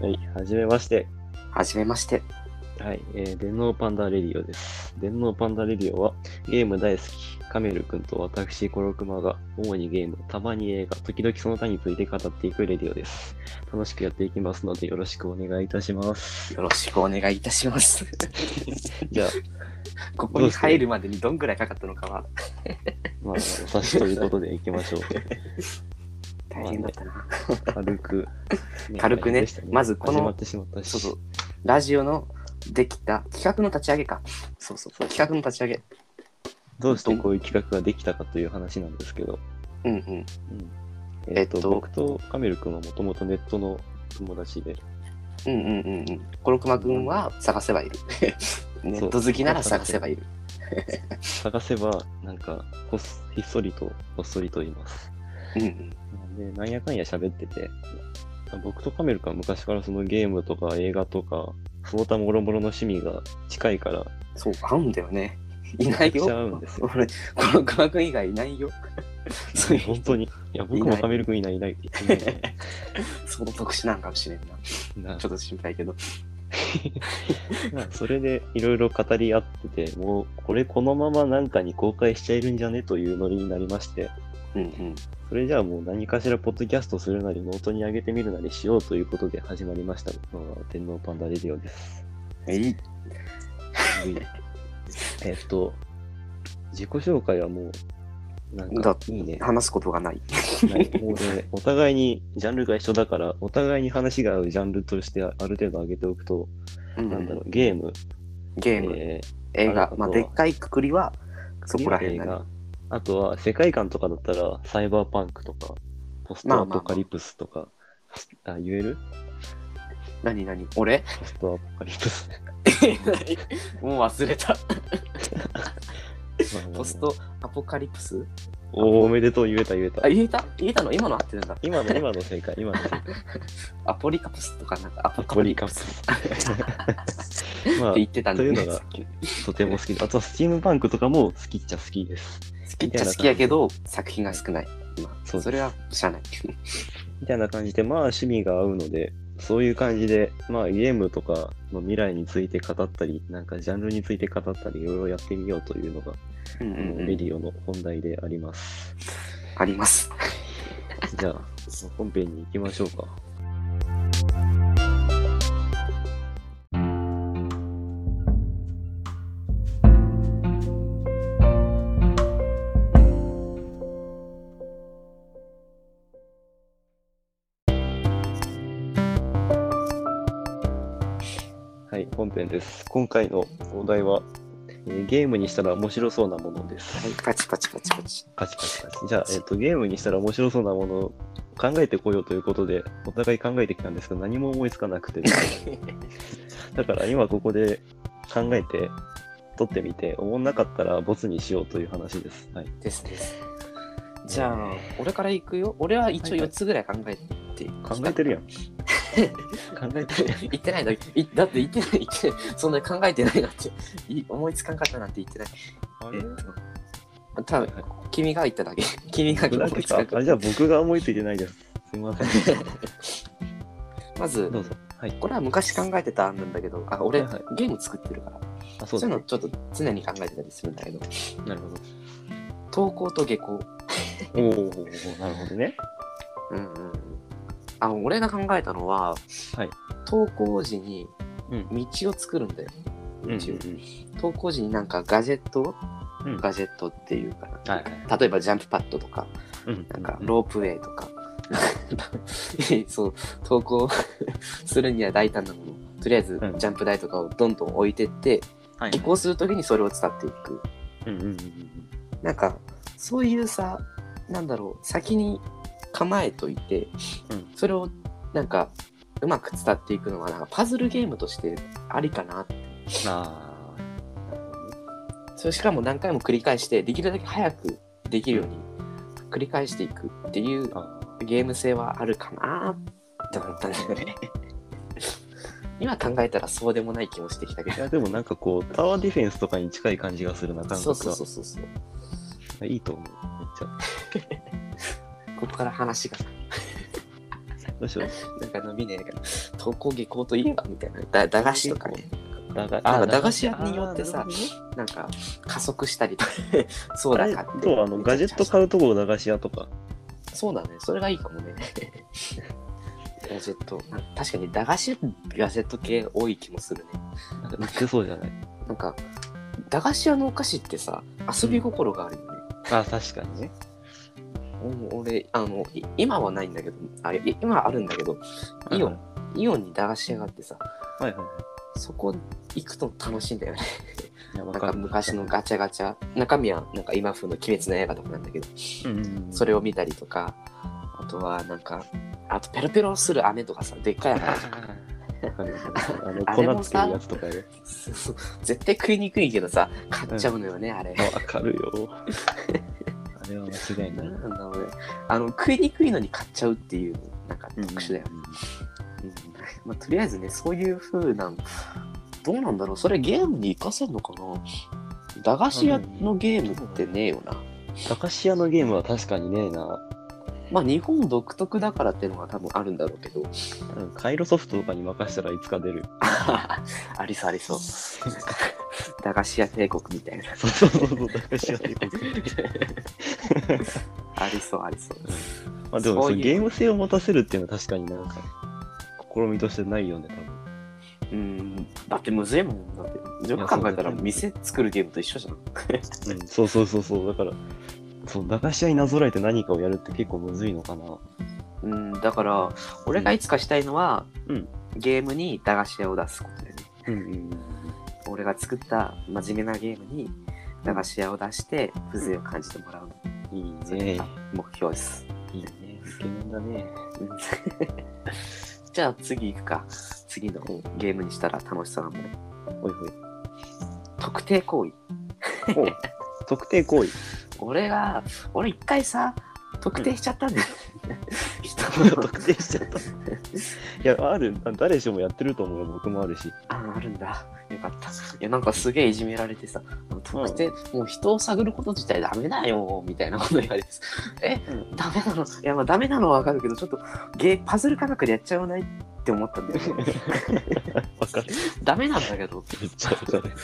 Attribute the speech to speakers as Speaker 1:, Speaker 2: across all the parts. Speaker 1: はい、はじめまして。
Speaker 2: はじめまして。
Speaker 1: はい、えー、電脳パンダレディオです。電脳パンダレディオはゲーム大好き、カメル君と私、コロクマが主にゲーム、たまに映画、時々その他について語っていくレディオです。楽しくやっていきますのでよろしくお願いいたします。
Speaker 2: よろしくお願いいた します。
Speaker 1: じゃあ、
Speaker 2: ここに入るまでにどんぐらいかかったのかは
Speaker 1: まあ、お察しということでいきま しょう。
Speaker 2: 大変だったな。
Speaker 1: 軽く。
Speaker 2: 軽くね
Speaker 1: でした
Speaker 2: まずこの
Speaker 1: 始まってしまったし。
Speaker 2: そうそう。ラジオのできた企画の立ち上げか。そうそう。企画の立ち上げ。
Speaker 1: どうしてこういう企画ができたかという話なんですけど、
Speaker 2: うんうん。
Speaker 1: うん
Speaker 2: え
Speaker 1: え
Speaker 2: っ
Speaker 1: っ
Speaker 2: と
Speaker 1: と、僕とカメル君はもともとネットの友達で、
Speaker 2: うんうんうんうん。コロクマくんは探せばい る。ネット好きなら探せばいる。
Speaker 1: 探せば、なんかほっ、ひっそりと、ほっそりと言います。
Speaker 2: うんうん。
Speaker 1: で、なんやかんや喋ってて、僕とカメル君は昔からそのゲームとか映画とか、その他もろもろの趣味が近いから、
Speaker 2: そう、合うんだよね。いないよ。
Speaker 1: めちゃくちゃ合うんですよ
Speaker 2: 俺、コロクマくん以外いないよ。そういう
Speaker 1: 本
Speaker 2: 人
Speaker 1: 当に、いや、僕
Speaker 2: い
Speaker 1: も
Speaker 2: ない
Speaker 1: カメル君いないいないって言って ね
Speaker 2: その特殊なんかもしれんな。
Speaker 1: な
Speaker 2: ちょっと心配けど。
Speaker 1: まあそれでいろいろ語り合ってて、もうこれこのままなんかに公開しちゃえるんじゃねというノリになりまして、
Speaker 2: うんうん。
Speaker 1: それじゃあもう何かしらポッドキャストするなり、ノートに上げてみるなりしようということで始まりました。まあ天皇パンダレディオです。
Speaker 2: はい。
Speaker 1: えっと、自己紹介はもう、なん
Speaker 2: だ
Speaker 1: かいいね。
Speaker 2: 話すことがない。
Speaker 1: ないもうねお互いにジャンルが一緒だから、お互いに話が合うジャンルとしてある程度上げておくと、
Speaker 2: うん
Speaker 1: なんだろう、ゲーム、
Speaker 2: ゲーム、
Speaker 1: えー
Speaker 2: 映
Speaker 1: あ
Speaker 2: 画
Speaker 1: と、
Speaker 2: まあ、
Speaker 1: は
Speaker 2: でっかいくくりはそこら
Speaker 1: 映
Speaker 2: 辺だ、ね
Speaker 1: 画。あとは世界観とかだったらサイバーパンクとかポストアポカリプスとか、あ言える
Speaker 2: 何何俺
Speaker 1: ポストアポカリプス
Speaker 2: もう忘れた。
Speaker 1: まあまあまあ
Speaker 2: ポストアポカリプス
Speaker 1: おおめでとう言えた言えた
Speaker 2: あ、言えた言えたの今の合ってるんだ。
Speaker 1: 今の今の正解今の正解
Speaker 2: アポリカプスとかなん かアポ
Speaker 1: ア
Speaker 2: カ
Speaker 1: ポ
Speaker 2: リ
Speaker 1: リ
Speaker 2: カ
Speaker 1: カ
Speaker 2: プ
Speaker 1: プ
Speaker 2: ス
Speaker 1: ス
Speaker 2: っ
Speaker 1: ま
Speaker 2: て
Speaker 1: あ
Speaker 2: 言ってたんだよね。
Speaker 1: というのが
Speaker 2: 好き
Speaker 1: とても好きであとはスチームパンクとかも好きっちゃ好きです
Speaker 2: 好きっちゃ好きやけど、作品が少ない。今
Speaker 1: そうです
Speaker 2: それは知らない。
Speaker 1: みたいな感じでまあ趣味が合うのでそういう感じでまあゲームとかの未来について語ったりなんかジャンルについて語ったりいろいろやってみようというのが、
Speaker 2: うん
Speaker 1: この
Speaker 2: うんう
Speaker 1: レデ
Speaker 2: ん
Speaker 1: ィオの本題であります
Speaker 2: あります。
Speaker 1: じゃあ、本編に行きましょうか。はい、本編です。今回のお題は、えーゲームにしたら面白そうなものです。
Speaker 2: はい、パチパチパチパチ。
Speaker 1: カチカチカチ。じゃあ、えっと、ゲームにしたら面白そうなものを考えてこようということで、お互い考えてきたんですけど、何も思いつかなく て、だから今ここで考えて、撮ってみて、思んなかったらボツにしようという話です。はい。
Speaker 2: ですです。じゃあ、俺から行くよ。俺は一応
Speaker 1: はいは
Speaker 2: 4
Speaker 1: い
Speaker 2: つぐらい考えて、
Speaker 1: 考えて るやん。考えてるやん。
Speaker 2: 言ってないだいだって言ってない言ってないそんなに考えてないなんてい思いつかんかったなんて言ってない
Speaker 1: あ
Speaker 2: え
Speaker 1: れ
Speaker 2: っと多分君が言っただけ 君が
Speaker 1: 僕
Speaker 2: 思
Speaker 1: だけ
Speaker 2: いつ
Speaker 1: か
Speaker 2: かんか
Speaker 1: あ
Speaker 2: っ
Speaker 1: れじゃあ僕が思いついてないです。すいません。
Speaker 2: たまず
Speaker 1: どうぞ。はい。
Speaker 2: これは昔考えてた案なんだけどあ俺、
Speaker 1: はいはい
Speaker 2: ゲーム作ってるから
Speaker 1: あ、そ
Speaker 2: そううい
Speaker 1: だ
Speaker 2: う。のちょっと常に考えてたりするんだけど
Speaker 1: なるほど。
Speaker 2: 投稿と下校
Speaker 1: おおなるほどね。
Speaker 2: うんうんあ俺が考えたのは、
Speaker 1: はい
Speaker 2: 投稿時に
Speaker 1: うん
Speaker 2: 道を作るんだよ、
Speaker 1: うんうん
Speaker 2: 道を投稿時になんかガジェットを、
Speaker 1: うん
Speaker 2: ガジェットっていうかな、
Speaker 1: はい
Speaker 2: 例えばジャンプパッドとか
Speaker 1: うん。
Speaker 2: なんかロープウェイとか、 そう投稿 するには大胆なものとりあえず
Speaker 1: うん
Speaker 2: ジャンプ台とかをどんどん置いてって、
Speaker 1: はい
Speaker 2: 移行する時にそれを伝っていく
Speaker 1: うんうんうん
Speaker 2: なんかそういうさなんだろう先に構えといて、
Speaker 1: うん
Speaker 2: それをなんかうまく伝っていくのはなんかパズルゲームとしてありかなって
Speaker 1: あ
Speaker 2: それしかも何回も繰り返してできるだけ早くできるように繰り返していくっていう
Speaker 1: ーあー。
Speaker 2: ゲーム性はあるかなって思ったんだよね。今考えたらそうでもない気もしてきたけ
Speaker 1: いやでもなんかこうタワーディフェンスとかに近い感じがするな
Speaker 2: ど。
Speaker 1: 感覚
Speaker 2: そ
Speaker 1: が
Speaker 2: うそうそうそうそう。
Speaker 1: いいと思うめっちゃ
Speaker 2: ここから話が。
Speaker 1: どうしよう。
Speaker 2: なんか伸びねえから、登校下校といえばみたいな、だ駄菓子とかね、
Speaker 1: 駄菓
Speaker 2: あ駄菓子屋によってさ
Speaker 1: あーなるほどね
Speaker 2: なんか加速したりと か、そう
Speaker 1: あ
Speaker 2: だ
Speaker 1: れ
Speaker 2: かって。
Speaker 1: そう、あの、ガジェット買
Speaker 2: う。
Speaker 1: うとこ駄菓子屋とか。
Speaker 2: そうだね、それがいいかもね。ガジェット、確かに駄菓子、ガジェット系多い気もするね。
Speaker 1: なんか売ってそうじゃない。
Speaker 2: なんか、駄菓子屋のお菓子ってさ、遊び心があるよね。
Speaker 1: あ、確かにね。
Speaker 2: お俺、あの、い今はないんだけど、あれ、い今はあるんだけど、イオン、イオンに駄菓子屋があってさ、
Speaker 1: はいはいは
Speaker 2: そこ行くと楽しいんだよね。
Speaker 1: い。いやわ
Speaker 2: なんか
Speaker 1: る
Speaker 2: 昔のガチャガチャ、中身はなんか今風の鬼滅の刃とかなんだけど、
Speaker 1: うんうんうん
Speaker 2: それを見たりとか、あとはなんか、あとペロペロする飴とかさ、でっかい飴。
Speaker 1: わかるわかる
Speaker 2: あ
Speaker 1: あ
Speaker 2: れ
Speaker 1: の粉
Speaker 2: も
Speaker 1: つける
Speaker 2: さ
Speaker 1: やつとかね。
Speaker 2: そうそう絶対食いにくいけどさ、買っちゃうのよね、あれ
Speaker 1: あ。わかるよ。あれは間違いな。
Speaker 2: ないんなんだろうね。あの、食いにくいのに買っちゃうっていう、なんか 特殊だよね。まあ、とりあえずね、そういう風な、どうなんだろう、それゲームに活かせるのかな駄菓子屋のゲームってねえよな。
Speaker 1: 駄菓子屋のゲームは確かにねえな。
Speaker 2: まあ、日本独特だからっていうのが多分あるんだろう けど、
Speaker 1: うんカイロソフトとかに任せたらいつか出る。
Speaker 2: ありそうありそう。 駄菓子屋帝国みたいな。
Speaker 1: そうそうそうそう、駄菓子屋帝国。
Speaker 2: ありそうありそう。
Speaker 1: まあでも
Speaker 2: そ
Speaker 1: そ
Speaker 2: ういう
Speaker 1: のゲーム性を持たせるっていうのは確かになんか、試みとしてないよね、多分。
Speaker 2: うん、だってむずいもん。だって、よく考えたら店作るゲームと一緒じゃん。
Speaker 1: うん、そうそうそうそう、だから、そう、駄菓子屋になぞらえて何かをやるって結構むずいのかな。
Speaker 2: うん、だから、俺がいつかしたいのは、
Speaker 1: うん
Speaker 2: ゲームに駄菓子屋を出すことだよね。
Speaker 1: うんうん。
Speaker 2: 俺が作った真面目なゲームに駄菓子屋を出して風情を感じてもらうの
Speaker 1: いい
Speaker 2: それ
Speaker 1: ね
Speaker 2: が。目標です、
Speaker 1: いいね。イケメンだね。
Speaker 2: うん じゃあ次行くか次のゲームにしたら楽しそうなもの
Speaker 1: おいおい。
Speaker 2: 特定行為
Speaker 1: おう特定行為。
Speaker 2: 俺が俺一回さ特定しちゃったんだよ、人の
Speaker 1: 特定しちゃった。いや、ある、誰しもやってると思うよ、僕もあるし。
Speaker 2: ああるんだよかったいやなんかすげえいじめられてさ特定、もう人を探ること自体ダメだよみたいなこと言われてさえ
Speaker 1: うん、
Speaker 2: ダメなのいやまあダメなのはわかるけどちょっとゲーパズル科学でやっちゃわないって思ったんだよね
Speaker 1: わかる。
Speaker 2: ダメなんだけど
Speaker 1: めっちゃわかる。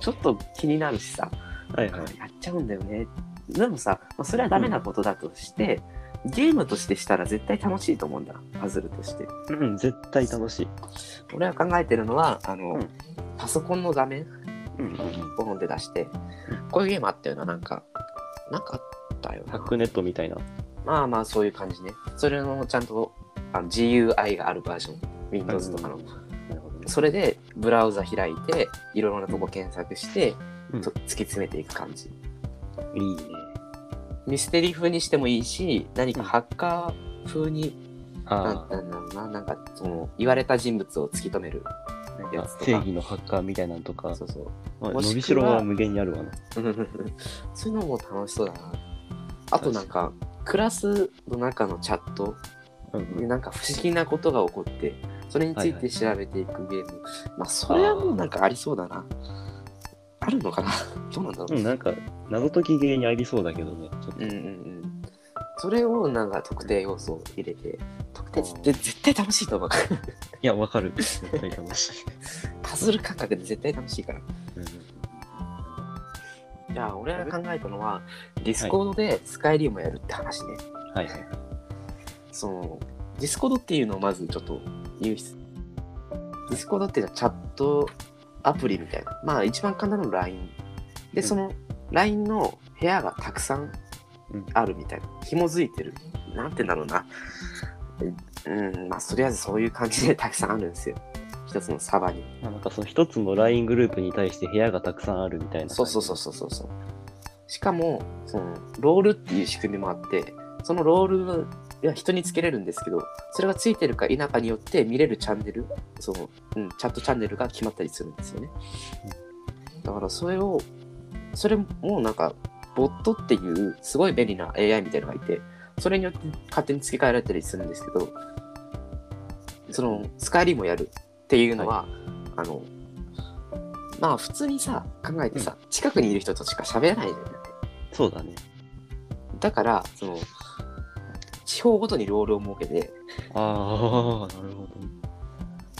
Speaker 2: ちょっと気になるしさ
Speaker 1: はい
Speaker 2: や
Speaker 1: は
Speaker 2: っ
Speaker 1: い。
Speaker 2: ちゃうんだよねでもさ、まあ、それはダメなことだとして、ゲームとしてしたら絶対楽しいと思うんだパズルとして
Speaker 1: うん、絶対楽しい。
Speaker 2: 俺が考えてるのはあの、
Speaker 1: うん
Speaker 2: パソコンの画面
Speaker 1: うんうんうん。
Speaker 2: ボンで出してこういうゲームあったよななんかなんかあったよ
Speaker 1: ハ
Speaker 2: な
Speaker 1: ックネットみたいな。
Speaker 2: まあまあそういう感じねそれのちゃんとあの GUI があるバージョン Windows とかの、
Speaker 1: なるほどね。
Speaker 2: それでブラウザ開いていろいろなとこ検索して、
Speaker 1: うん
Speaker 2: と突き詰めていく感じ
Speaker 1: いいね。
Speaker 2: ミステリー風にしてもいいし何かハッカー風に、なん
Speaker 1: あ
Speaker 2: なんだろうななんかその言われた人物を突き止める
Speaker 1: あ、
Speaker 2: やつとか
Speaker 1: 正義のハッカーみたいなのとか、
Speaker 2: そうそう
Speaker 1: まあ
Speaker 2: もしくは
Speaker 1: 伸びしろは無限にあるわな。
Speaker 2: そういうのも楽しそうだなあとなんかクラスの中のチャット
Speaker 1: うん
Speaker 2: でなんか不思議なことが起こってそれについて調べていくゲーム、まあそれはもうなんかありそうだなあるのかな どうなんだろう、
Speaker 1: うん、なんか、謎解き芸にありそうだけどね。ちょっ
Speaker 2: うん
Speaker 1: と
Speaker 2: うんうん。それをなんか特定要素を入れて、特定って絶対楽しいと思う から。
Speaker 1: いや、わかる。絶対楽し い。
Speaker 2: パズル感覚で絶対楽しいから。
Speaker 1: うん
Speaker 2: じゃあ、俺が考えたのは、ディスコードでスカイリームやるって話ね。
Speaker 1: はいはい。
Speaker 2: その、ディスコードっていうのをまずちょっと言う必ディスコードっていうのはチャットアプリみたいな。まあ、一番簡単なのは LINE。で、
Speaker 1: うん
Speaker 2: その LINE の部屋がたくさん
Speaker 1: うん
Speaker 2: あるみたいな。紐づいてる。なんて言うんだろうな。うん、まあ、とりあえずそういう感じでたくさんあるんですよ。一つのサバに。
Speaker 1: まあなんかその一つの LINE グループに対して部屋がたくさんあるみたいな。
Speaker 2: そうそうそうそうそうそう。しかも、その、ロールっていう仕組みもあって、そのロールは人につけれるんですけど、それがついてるか否かによって見れるチャンネル、その、うん、チャットチャンネルが決まったりするんですよね。だからそれを、それもなんか、ボットっていうすごい便利な AI みたいなのがいて、それによって勝手に付け替えられたりするんですけど、その、スカイリームをやるっていうのは、あの、まあ普通にさ、考えてさ、近くにいる人としか喋らないじゃない。
Speaker 1: そうだね。
Speaker 2: だから、その、地方ごとにロールを設けて、
Speaker 1: ああ、なるほど。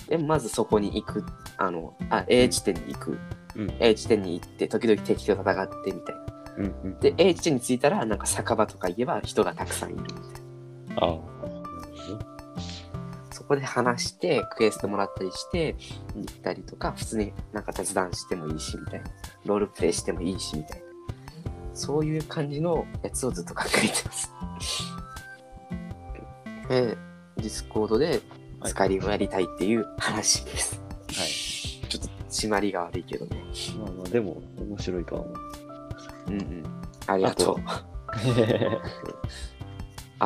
Speaker 2: でまずそこに行くあのあ A 地点に行く、
Speaker 1: うん
Speaker 2: A 地点に行って時々敵と戦ってみたいな
Speaker 1: うんうん。
Speaker 2: で A 地点に着いたらなんか酒場とか行えば人がたくさんいるみたいな
Speaker 1: ああ。
Speaker 2: そこで話してクエストもらったりして行ったりとか普通になんか雑談してもいいしみたいなロールプレイしてもいいしみたいなそういう感じのやつをずっと考えてますでディスコードでスカイリムやりたいっていう話です、
Speaker 1: はい
Speaker 2: ちょっと締まりが悪いけどね
Speaker 1: まあまあ、でも、面白いとは 思う。
Speaker 2: うんうん。ありがとう。あ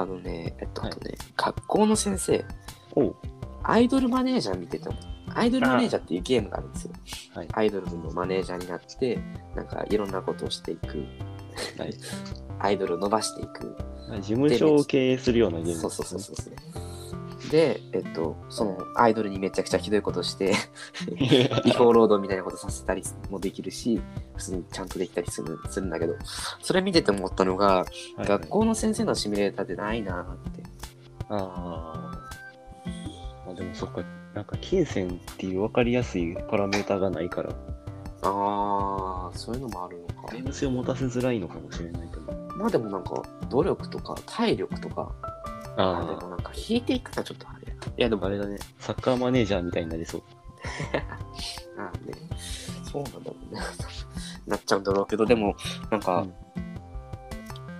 Speaker 2: のね、えっと、
Speaker 1: はい
Speaker 2: あとね、学校の先生、
Speaker 1: おう。
Speaker 2: アイドルマネージャー見てても、アイドルマネージャーっていうゲームがあるんですよ。
Speaker 1: はい
Speaker 2: アイドルのマネージャーになって、なんかいろんなことをしていく、
Speaker 1: はい。
Speaker 2: アイドルを伸ばしていく。
Speaker 1: 事務所を経営するようなゲーム、
Speaker 2: そうそうそうそうそう。で、えっと、そのアイドルにめちゃくちゃひどいこ として、違法労働みたいなことさせたりもできるし、普通にちゃんとできたりするするんだけど、それ見てて思ったのが、
Speaker 1: はい
Speaker 2: 学校の先生のシミュレーターってないなーって。
Speaker 1: ああ。まあでもそっか、なんか金銭っていう分かりやすいパラメーターがないから、
Speaker 2: ああ、そういうのもあるのか
Speaker 1: ゲ。ーム性を持たせづらいのかもしれないけど。
Speaker 2: まあでもなんか、努力とか、体力とか、あで
Speaker 1: あ
Speaker 2: もなんか、引いていくのはちょっとあれや。いやで
Speaker 1: あ。
Speaker 2: も
Speaker 1: あ
Speaker 2: あれ
Speaker 1: れだね。サッカーマネージャーみたいになりそう。
Speaker 2: なんで、そうなんだろうね。 なっちゃうんだろうけど、でも、なん
Speaker 1: う
Speaker 2: か、
Speaker 1: ん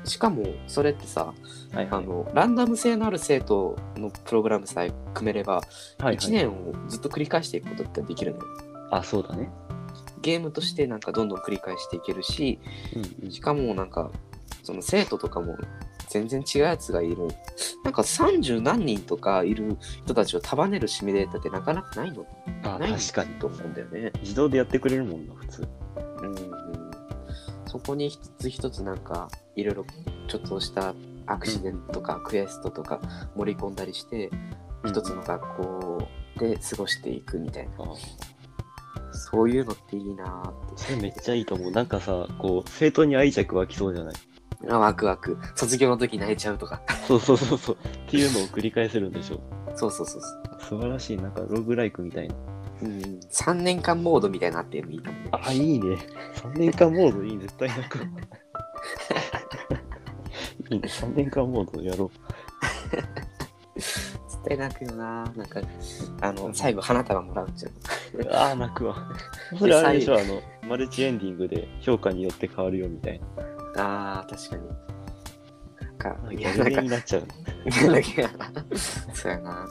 Speaker 2: しかも、それってさ、
Speaker 1: はいは
Speaker 2: あ
Speaker 1: い。
Speaker 2: の、ランダム性のある生徒のプログラムさえ組めれば、
Speaker 1: はい
Speaker 2: 1
Speaker 1: はい、
Speaker 2: 年をずっと繰り返していくことってできるのよ。
Speaker 1: あ、そうだね。
Speaker 2: ゲームとしてなんかどんどん繰り返していけるし、
Speaker 1: うんうん
Speaker 2: しかもなんかその生徒とかも全然違うやつがいるなんか30何人とかいる人たちを束ねるシミュレーターってなかなかないの
Speaker 1: あ
Speaker 2: ない
Speaker 1: 確かに。
Speaker 2: と思うんだよね
Speaker 1: 自動でやってくれるもんな、普通。
Speaker 2: うんそこに一つ一つなんかいろいろちょっとしたアクシデントとかクエストとか盛り込んだりして一つの学校で過ごしていくみたいな
Speaker 1: あー
Speaker 2: そういうのっていいなーって
Speaker 1: それめっちゃいいと思う。なんかさ、こう、生徒に愛着湧きそうじゃない
Speaker 2: あワクワク卒業の時泣いちゃうとか
Speaker 1: そうそうそうそう。 っていうのを繰り返せるんでしょ。
Speaker 2: そうそうそうそう
Speaker 1: 素晴らしい、なんかログライクみたいな。
Speaker 2: うん、3年間モードみたいになってもいいかもね。
Speaker 1: あ、いいね。3年間モードいい、絶対なんか。 いいね、3年間モードやろ
Speaker 2: 絶対泣くよな。なんか、あの、最後花束もらうじゃん。
Speaker 1: う。ああ、泣くわ。それあれでしょ、あの、マルチエンディングで評価によって変わるよみたいな。
Speaker 2: ああ、確かに。なんか、い
Speaker 1: や
Speaker 2: や、
Speaker 1: る
Speaker 2: なん
Speaker 1: 気
Speaker 2: か
Speaker 1: に、なっちゃう。
Speaker 2: 嫌だけやな。 そうやな。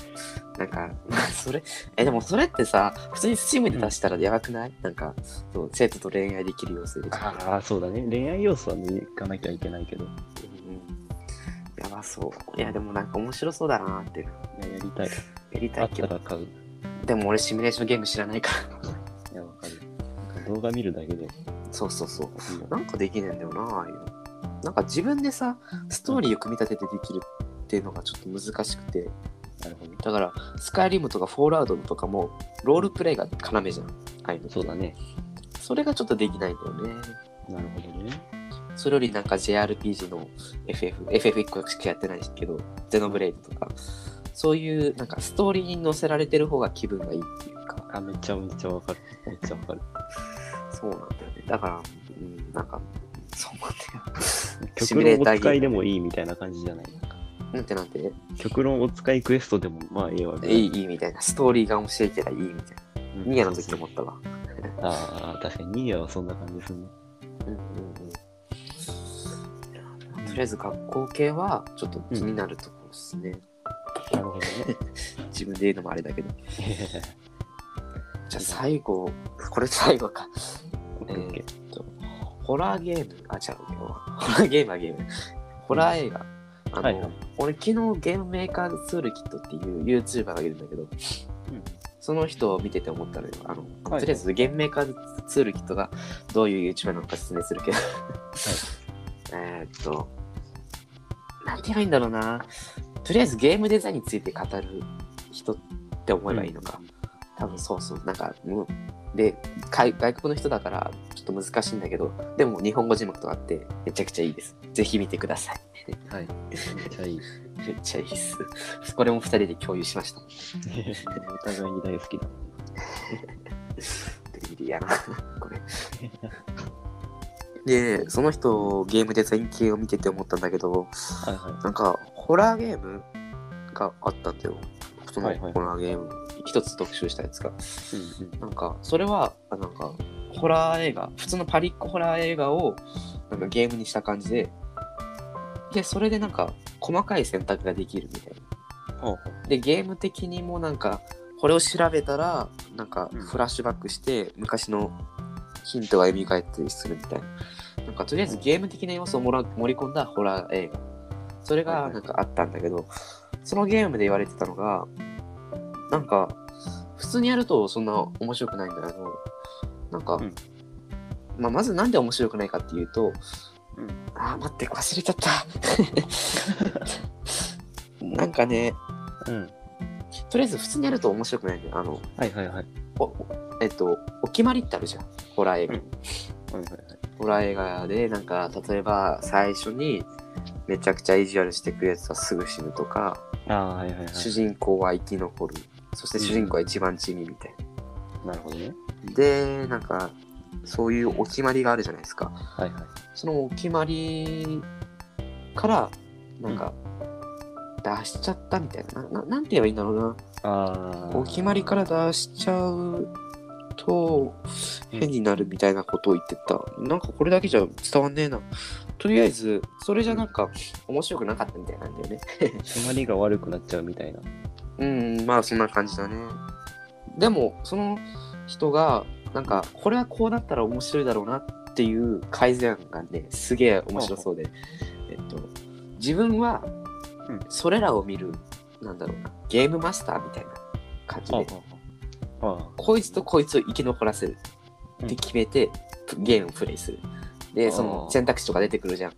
Speaker 2: なんか、まあそれ、え、でもそれってさ、普通にスチームで出したらやばくない、なんか、そう、生徒と恋愛できる要素入れて。
Speaker 1: ああ、そうだね。恋愛要素は抜かなきゃいけないけど。
Speaker 2: うんやばそう。いや、でもなんか面白そうだなって。や
Speaker 1: いややりたい。
Speaker 2: りた
Speaker 1: あ
Speaker 2: い
Speaker 1: っ
Speaker 2: け
Speaker 1: た
Speaker 2: ど。
Speaker 1: ら買う。い
Speaker 2: でも俺シミュレーションゲーム知らないから。
Speaker 1: や、わかる。なんか動画見るだけでいい
Speaker 2: そうそうそう。
Speaker 1: よ。
Speaker 2: なんかできねえんだよなああいうのなんか自分でさストーリーを組み立ててできるっていうのがちょっと難しくて
Speaker 1: なるほど。
Speaker 2: だからスカイリムとかフォールアウトとかもロールプレイが要じゃんああいうの
Speaker 1: そうだね。
Speaker 2: それがちょっとできないんだよね
Speaker 1: なるほどね。
Speaker 2: それよりなんか JRPG の FFFF1 個しかやってないけどゼノブレイドとかそういうなんかストーリーに載せられてる方が気分がいいっていうか
Speaker 1: あ、めっちゃめっちゃわかる。めっちゃわかる。
Speaker 2: そうなんだよねだからうんなんかそうなん だよシ
Speaker 1: 極
Speaker 2: ミュレ
Speaker 1: 論
Speaker 2: ータ
Speaker 1: お
Speaker 2: ーゲーム
Speaker 1: 使いでもいいみたいな感じじゃないなんか
Speaker 2: なんてなんて
Speaker 1: 極論お使いクエストでもまあええわけだ
Speaker 2: いい、いいみたいな。ストーリーが面白いけらいいみたいな。
Speaker 1: うん
Speaker 2: ニアの時思ったわ。
Speaker 1: ああ確かにニアはそんな感じするね
Speaker 2: うんうんうん。とりあえず学校系はちょっと気になるところですね。
Speaker 1: なるほどね
Speaker 2: 自分で言うのもあれだ けど。じゃあ最後、これ最後か。
Speaker 1: オッケーオッケー
Speaker 2: ホラーゲーム、あ、違う、ホラーゲームはゲーム。ホラー映画。あの、
Speaker 1: はいはい
Speaker 2: 俺昨日ゲームメーカーツールキットっていう YouTuber がいるんだけど、
Speaker 1: うん
Speaker 2: その人を見てて思ったのよ。あの、
Speaker 1: はい
Speaker 2: とりあえず、ゲームメーカーツールキットがどういう YouTuber なのか説明するけど。 えーっと、なんて言えばいいんだろうな。とりあえずゲームデザインについて語る人って思えばいいのか。多分そうそう。なんか、うんで海、外国の人だからちょっと難しいんだけど、でも日本語字幕とかあってめちゃくちゃいいです。ぜひ見てください。
Speaker 1: はいめっちゃいい
Speaker 2: めっちゃいいっす。これも二人で共有しました。
Speaker 1: お互いに大好きだ。
Speaker 2: ビビりや な、これ。で、その人、ゲームデザイン系を見てて思ったんだけど、
Speaker 1: はいは
Speaker 2: なんか、ホラーゲームがあったんだよ。その
Speaker 1: はいはい
Speaker 2: ホラーゲーム、一つ特集したやつが。
Speaker 1: い。うんうん
Speaker 2: なんか、それは、あなんか、ホラー映画、普通のパリッコホラー映画を、なんかゲームにした感じで、で、それでなんか、細かい選択ができるみたいな。
Speaker 1: ほうほ
Speaker 2: でゲーム的にもなんかこれを調べたらなんか
Speaker 1: うん
Speaker 2: フラッシュバックして昔のヒントが蘇ったりするみたいななんかとりあえずゲーム的な要素をもら盛り込んだホラー映画それ
Speaker 1: はいは
Speaker 2: が
Speaker 1: い
Speaker 2: なんかあったんだけどそのゲームで言われてたのがなんか普通にやるとそんな面白くないんだけどなんか、
Speaker 1: うん
Speaker 2: まあ、まずなんで面白くないかっていうと、
Speaker 1: うん
Speaker 2: あー待って忘れちゃった なんかね
Speaker 1: ううん。
Speaker 2: とりあえず普通にやると面白くないんだよあの
Speaker 1: はいはいはい。
Speaker 2: おおえっとお決まりってあるじゃんホラー映画、
Speaker 1: うんはいはいはい。
Speaker 2: ホラー映画でなんか例えば最初にめちゃくちゃ意地悪してくるやつはすぐ死ぬとか、
Speaker 1: ああ、はいはいは
Speaker 2: 主
Speaker 1: い。
Speaker 2: 人公は生き残るそして主人公は一番地味みたいな、
Speaker 1: なるほどね。
Speaker 2: でなんかそういうお決まりがあるじゃないですか
Speaker 1: はいはい。
Speaker 2: そのお決まりからなんか出しちゃったみたいななななんて言えばいいんだろうな
Speaker 1: ああ。
Speaker 2: お決まりから出しちゃうと
Speaker 1: うん
Speaker 2: 変になるみたいなことを言ってた、なんかこれだけじゃ伝わんねえなとりあえずそれじゃなんか面白くなかったみたいなん だよね
Speaker 1: 決まりが悪くなっちゃうみたいな。
Speaker 2: うんまあそんな感じだねでもその人がなんかこれはこうなったら面白いだろうなっていう改善案がねすげえ面白そうでえっと自分は
Speaker 1: うん
Speaker 2: それらを見るなんだろうなゲームマスターみたいな感じで、
Speaker 1: ああ。
Speaker 2: こいつとこいつを生き残らせる
Speaker 1: うん
Speaker 2: って決めて、プゲームをプレイする
Speaker 1: あ
Speaker 2: で
Speaker 1: ー
Speaker 2: その選択肢とか出てくるじゃん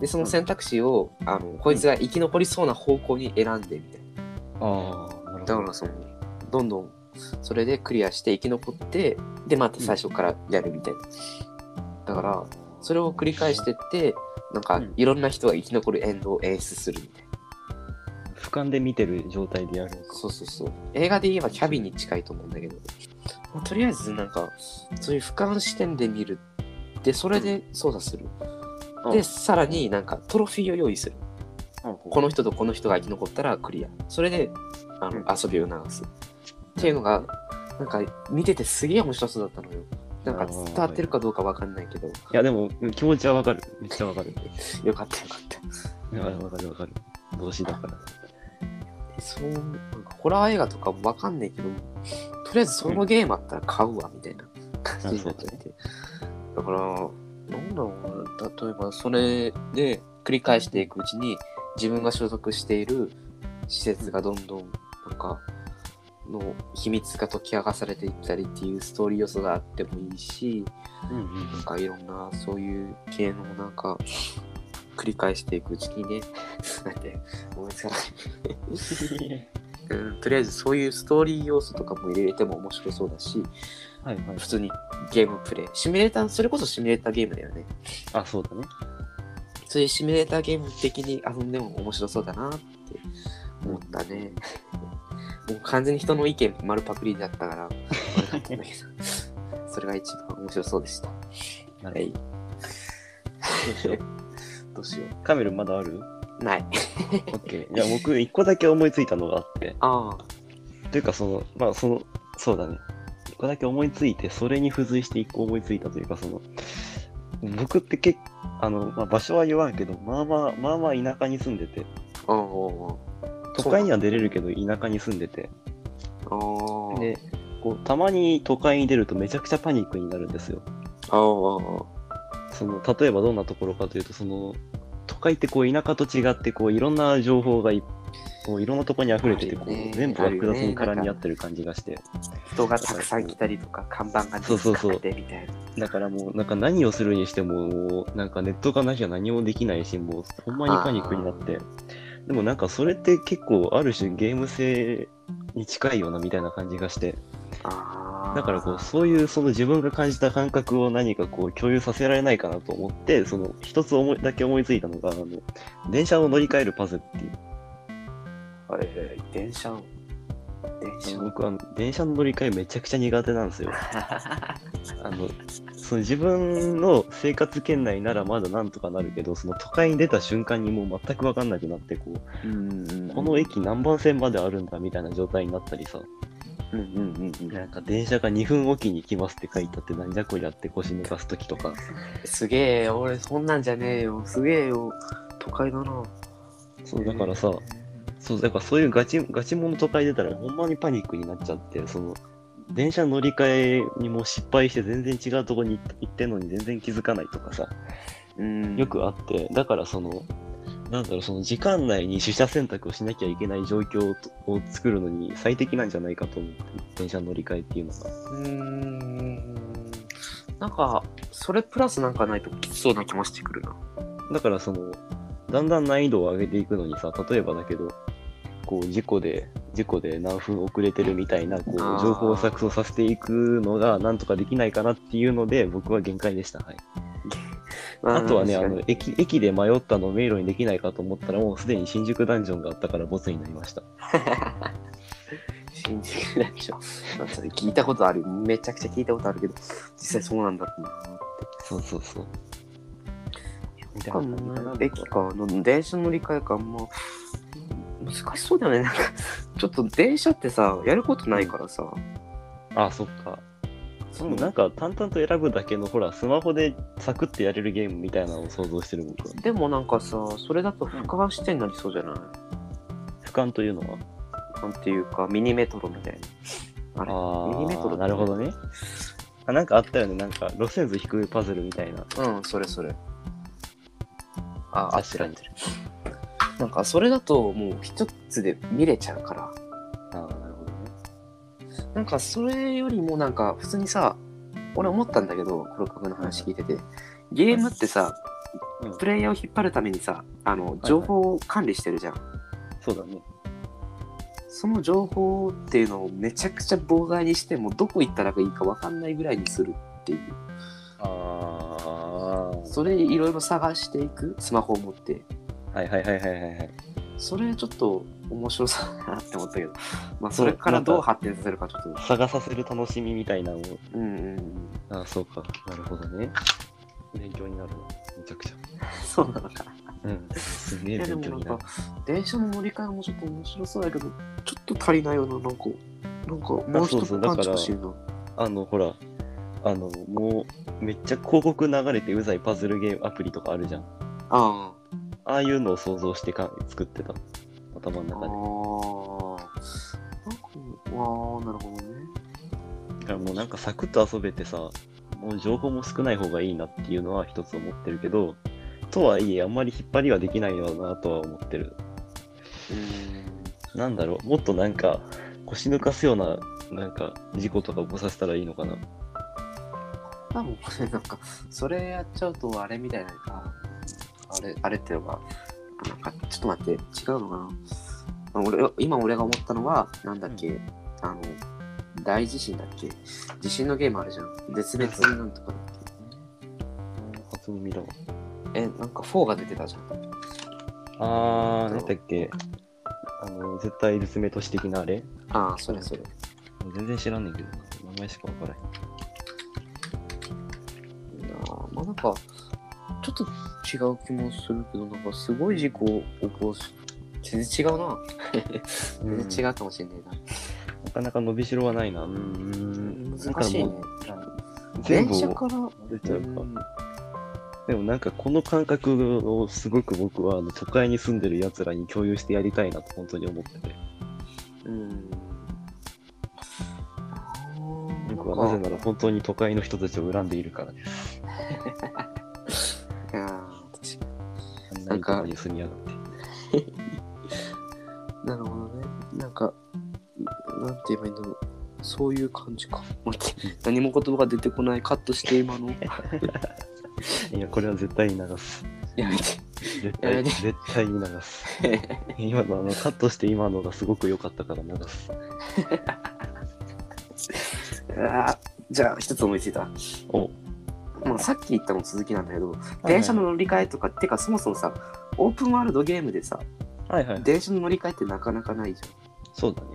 Speaker 2: でその選択肢を、あのこいつが生き残りそうな方向に選んでみたい
Speaker 1: ああ。
Speaker 2: な
Speaker 1: なるほ
Speaker 2: だ
Speaker 1: ど
Speaker 2: からそのどんどんそれでクリアして生き残ってでまた最初からやるみたいなだからそれを繰り返してってなんか
Speaker 1: うん
Speaker 2: いろんな人が生き残るエンドを演出するみたいな
Speaker 1: 俯瞰で見てる状態でやるのか。
Speaker 2: そうそうそう映画で言えばキャビンに近いと思うんだけど、まあとりあえずなんかそういう俯瞰視点で見るでそれで操作する、
Speaker 1: うん
Speaker 2: でさらになんかトロフィーを用意するこ
Speaker 1: こ
Speaker 2: の人とこの人が生き残ったらクリアそれであの、
Speaker 1: うん
Speaker 2: 遊びを促すっていうのがなんか見ててすげえ面白そうだったのよなんか伝わってるかどうかわかんないけど
Speaker 1: いやでもうん気持ちはわかる。めっちゃわかる。
Speaker 2: よかったよかった
Speaker 1: いやわかるわかる。動詞だから。
Speaker 2: そうなんかホラー映画とかわかんないけどとりあえずそのゲームあったら買うわみたいな感じになっちゃって、だからなんだろうな例えばそれで繰り返していくうちに自分が所属している施設がどんどんなんかの秘密が解き明かされていったりっていうストーリー要素があってもいいし
Speaker 1: うんうんうん。
Speaker 2: なんかいろんなそういう系のなんか繰り返していくうちにね なんて思いつかないうん、とりあえずそういうストーリー要素とかも入れても面白そうだし
Speaker 1: はいはい。
Speaker 2: 普通にゲームプレイシミュレーターそれこそシミュレーターゲームだよね
Speaker 1: あ、そうだね。
Speaker 2: そういうシミュレーターゲーム的に遊んでも面白そうだなって思った ね、もう完全に人の意見丸パクリだったから悪かったんだけどそれが一番面白そうでしたは
Speaker 1: なる
Speaker 2: い
Speaker 1: ほど。どうしよ
Speaker 2: どうしよ
Speaker 1: うカメルまだある
Speaker 2: うない
Speaker 1: オッケー。じゃあ僕、一個だけ思いついたのがあって。
Speaker 2: ああ
Speaker 1: というか、その、まあ、その、そうだね。一個だけ思いついて、それに付随して一個思いついたというか、その、僕って結構、あの、まあ、場所は言わんけど、まあまあ、まあまあ田舎に住んでて、
Speaker 2: あああ
Speaker 1: 都会には出れるけど、田舎に住んでて、
Speaker 2: ああ
Speaker 1: で、こう、たまに都会に出るとめちゃくちゃパニックになるんですよ。
Speaker 2: ああ
Speaker 1: その例えばどんなところかというとその都会ってこう田舎と違ってこういろんな情報がいこういろんなところに溢れててこ
Speaker 2: あるよね
Speaker 1: う全部が複雑に
Speaker 2: あるよね
Speaker 1: 絡み合ってる感じがして
Speaker 2: 人がたくさん来たりとか看板が
Speaker 1: そうそうそう
Speaker 2: でかくてみたいな
Speaker 1: だからもうなんか何をするにしてももうなんかネットがなきゃ何もできないしもうほんまにパニックになってでもなんかそれって結構ある種ゲーム性に近いようなみたいな感じがして
Speaker 2: あー
Speaker 1: だからこうそういうその自分が感じた感覚を何かこう共有させられないかなと思ってその一つ思いだけ思いついたのがあの電車を乗り換えるパズルっていう
Speaker 2: か、えー電車を。電車を。
Speaker 1: 僕あの電車の乗り換えめちゃくちゃ苦手なんですよ。あのその自分の生活圏内ならまだなんとかなるけどその都会に出た瞬間にもう全く分かんなくなってこう
Speaker 2: うん
Speaker 1: この駅何番線まであるんだみたいな状態になったりさ
Speaker 2: うんうんうんうん
Speaker 1: なんか電車が2分おきに来ますって書いてあってなんじゃこりゃって腰抜かす時とか
Speaker 2: すげえ、俺そんなんじゃねえよ。すげえよ。都会だな。
Speaker 1: そうだからさそうだからそういうガチガチモノ都会出たらほんまにパニックになっちゃってその電車乗り換えにも失敗して全然違うとこに行ってんのに全然気づかないとかさ
Speaker 2: うん、
Speaker 1: よくあってだからそのなんだろうその時間内に取捨選択をしなきゃいけない状況をを作るのに最適なんじゃないかと思って電車乗り換えっていうのが
Speaker 2: うーんなんかそれプラスなんかないときつそうな気もしてくるな
Speaker 1: だからそのだんだん難易度を上げていくのにさ例えばだけどこう事故で事故で何分遅れてるみたいなこう
Speaker 2: あー
Speaker 1: 情報を錯綜させていくのがなんとかできないかなっていうので僕は限界でした、はい、あとはねあの駅駅で迷ったのを迷路にできないかと思ったらもうすでに新宿ダンジョンがあったからボツになりました
Speaker 2: 新宿大将聞いたことあるめちゃくちゃ聞いたことあるけど実際そうなんだろうな
Speaker 1: そうそうそう。みたい
Speaker 2: か
Speaker 1: な感じかな
Speaker 2: も駅かの電車乗り換えかもう難しそうだよねなんかちょっと電車ってさやることないからさ
Speaker 1: あ、そっか。
Speaker 2: そ
Speaker 1: もうなんか淡々と選ぶだけの、ほら、スマホでサクッてやれるゲームみたいなのを想像してる僕は。
Speaker 2: でもなんかさそれだと俯瞰視点になりそうじゃない、
Speaker 1: 俯瞰というのは。
Speaker 2: なんていうかミニメトロみたいなあれミニメトロ
Speaker 1: あーなるほどね。あなんかあったよね。なんか、路線図引くパズルみたいな。
Speaker 2: うん、それそれ。あ、合って
Speaker 1: 確
Speaker 2: る
Speaker 1: か
Speaker 2: 合っ
Speaker 1: に
Speaker 2: てる。なんか、それだともう一つで見れちゃうから。
Speaker 1: ああ、なるほどね。
Speaker 2: なんか、それよりもなんか、普通にさ、俺思ったんだけど、黒角の話聞いてて、ゲームってさ
Speaker 1: うん、
Speaker 2: プレイヤーを引っ張るためにさ、あの、
Speaker 1: い
Speaker 2: 情報を管理してるじゃん。
Speaker 1: そうだね。
Speaker 2: その情報っていうのをめちゃくちゃ妨害にしても、どこ行ったらいいか分かんないぐらいにするっていう。
Speaker 1: あ
Speaker 2: それいろいろ探していく、スマホを持って。
Speaker 1: あ。はいはいはいはいはいはい。
Speaker 2: それちょっと 面白そうだなって思ったけど、まあ、それからどう発展させるかちょっと、
Speaker 1: 探させる楽しみみたいなのを。
Speaker 2: うんうん うん、
Speaker 1: ああ、そうか。なるほどね。勉強になるな。めちゃくちゃ。
Speaker 2: そうなのかな。
Speaker 1: うん。すげ
Speaker 2: い
Speaker 1: え
Speaker 2: や
Speaker 1: 勉
Speaker 2: でも
Speaker 1: 強
Speaker 2: なん
Speaker 1: にな
Speaker 2: か
Speaker 1: る。、
Speaker 2: 電車の乗り換えもちょっと面白そうだけど、ちょっと足りないよな、なんか、なんかもう
Speaker 1: あそ
Speaker 2: 一
Speaker 1: うそ
Speaker 2: つ
Speaker 1: うだか
Speaker 2: パン
Speaker 1: ら
Speaker 2: チ欲しいな。
Speaker 1: あの、ほら、あの、もう、めっちゃ広告流れてうざいパズルゲームアプリとかあるじゃん。
Speaker 2: あ
Speaker 1: ああいうのを想像してか作ってた。頭の
Speaker 2: あ、ああ、なん
Speaker 1: 中
Speaker 2: か
Speaker 1: で。、
Speaker 2: わあ、なるほどね。
Speaker 1: だからもうなんかサクッと遊べてさ、もう情報も少ない方がいいなっていうのは一つ思ってるけど、とはいえ、あんまり引っ張りはできないよなとは思ってる。
Speaker 2: う
Speaker 1: なんだろう、もっとなんか、腰抜かすような、なんか、事故とか起こさせたらいいのかな。
Speaker 2: ーん、多分これなんか、それやっちゃうとあれみたいな、ああれ、あれっていうのが、なんか、ちょっと待って、違うのかな。あ俺今俺が思ったのは、なんだっけ、あの、大地震だっけ地震のゲームあるじゃん。絶滅なんとかだっ
Speaker 1: 初耳だわ。
Speaker 2: けえ、なんか4が出てたじゃん。
Speaker 1: あー、なんだっけ。あの、絶対絶滅都市的なあれ
Speaker 2: ああ、それそれ。
Speaker 1: 全然知らんねんけどな、名前しかわからへん。
Speaker 2: いやーまあなんか、ちょっと違う気もするけど、なんかすごい事故を起こす。全然違うな。全然違うかもしれないな。
Speaker 1: なかなか伸びしろはないな。うん
Speaker 2: 難しい
Speaker 1: な
Speaker 2: ね
Speaker 1: んかも。う全
Speaker 2: 電
Speaker 1: 部
Speaker 2: 車
Speaker 1: を
Speaker 2: から
Speaker 1: 出ちゃうか
Speaker 2: うん
Speaker 1: でもなんかこの感覚をすごく僕はあの都会に住んでる奴らに共有してやりたいなと本当に思ってて。
Speaker 2: うん。あー
Speaker 1: 僕はなぜ
Speaker 2: んか
Speaker 1: なら本当に都会の人たちを恨んでいるからです。
Speaker 2: いやー確か
Speaker 1: あんなにとこに住みやがって。
Speaker 2: になるほどね。なんか、うなんて言えばいいんだろう。そういう感じか。待って、何も言葉が出てこない。カットして、今の。
Speaker 1: いや、これは絶対に流す。
Speaker 2: やめて。
Speaker 1: 絶
Speaker 2: やめ
Speaker 1: 対、
Speaker 2: て
Speaker 1: 絶対に流 す。今のあのカットして今のがすごく良かったから流す。
Speaker 2: あーじゃあ、一つ思いついた。
Speaker 1: お、
Speaker 2: まあ、さっき言ったの続きなんだけど、電車の乗り換えとか、てか、そもそもさ、オープンワールドゲームでさ、
Speaker 1: はいはい。
Speaker 2: 電車の乗り換えってなかなかないじゃん。
Speaker 1: そうだね。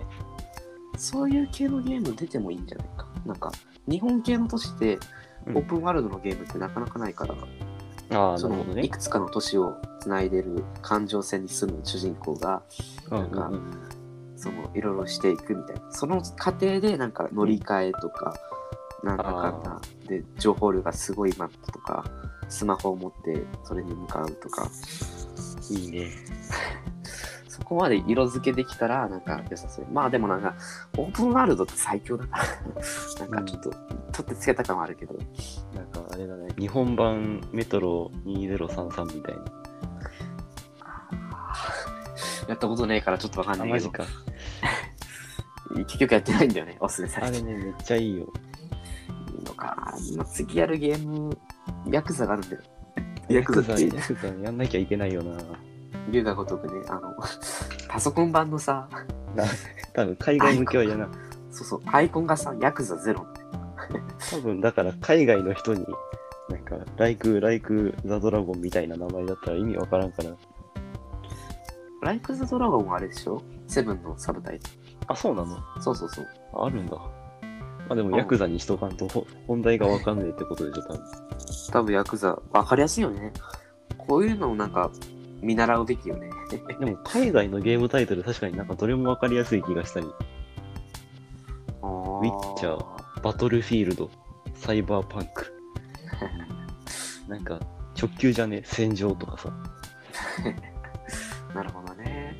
Speaker 2: そういう系のゲーム出てもいいんじゃないか。なんか、日本系の都市で
Speaker 1: う
Speaker 2: オ
Speaker 1: ん
Speaker 2: ープンワールドのゲームってなかなかないから、
Speaker 1: ああ、な
Speaker 2: そ
Speaker 1: るほど
Speaker 2: のい
Speaker 1: ね。
Speaker 2: くつかの都市をつないでる環状線に住む主人公が、
Speaker 1: うん
Speaker 2: なんか
Speaker 1: うんうん
Speaker 2: そのいろいろしていくみたいな。その過程でなんか乗り換えとか、なんだかんだで情報量がすごいマップとか、スマホを持ってそれに向かうとか、
Speaker 1: いいね。
Speaker 2: そこまで色付けできたら、なんか良さそう。まあでもなんか、オープンワールドって最強だから、 なんかちょっと、取ってつけた感はあるけど、
Speaker 1: なんかあれだね。日本版メトロ2033みたいな。
Speaker 2: やったことねえからちょっとわかん
Speaker 1: あ、
Speaker 2: ない
Speaker 1: マ
Speaker 2: け
Speaker 1: ジ
Speaker 2: ど、
Speaker 1: か。
Speaker 2: 結局やってないんだよね、おすすめさ
Speaker 1: あ
Speaker 2: れて
Speaker 1: れ
Speaker 2: る
Speaker 1: ね、めっちゃいいよ。
Speaker 2: のか。まあ次やるゲーム、ヤクザがあるんだよ。ヤ
Speaker 1: ヤ
Speaker 2: ク
Speaker 1: ク
Speaker 2: ザ
Speaker 1: ザ、
Speaker 2: って
Speaker 1: ヤクザやんなきゃいけないよな。
Speaker 2: 龍が如くね、あの、 パソコン版のさ、
Speaker 1: 多分海外向けは嫌な。
Speaker 2: そうそう、アイコンがさ、ヤクザゼロ。
Speaker 1: 多分だから海外の人に、なんか、ライク、ライク、ザ・ドラゴンみたいな名前だったら意味わからんから。
Speaker 2: ライク・ザ・ドラゴンはあれでしょセブンのサブタイト
Speaker 1: あ、そうなの
Speaker 2: ル。そうそうそう。
Speaker 1: あるんだ。まあでもヤクザにしとかんとほ本題がわかんねえってことでしょ、多分。
Speaker 2: 多分ヤクザ、わかりやすいよね。こういうのをなんか、見習うべきよね。
Speaker 1: でも海外のゲームタイトル確かになんかどれもわかりやすい気がしたり。
Speaker 2: ウィ
Speaker 1: ウィッチャーバトルフィールド、サイバーパン ク。なんか直球じゃね戦場とかさ。
Speaker 2: なるほどね。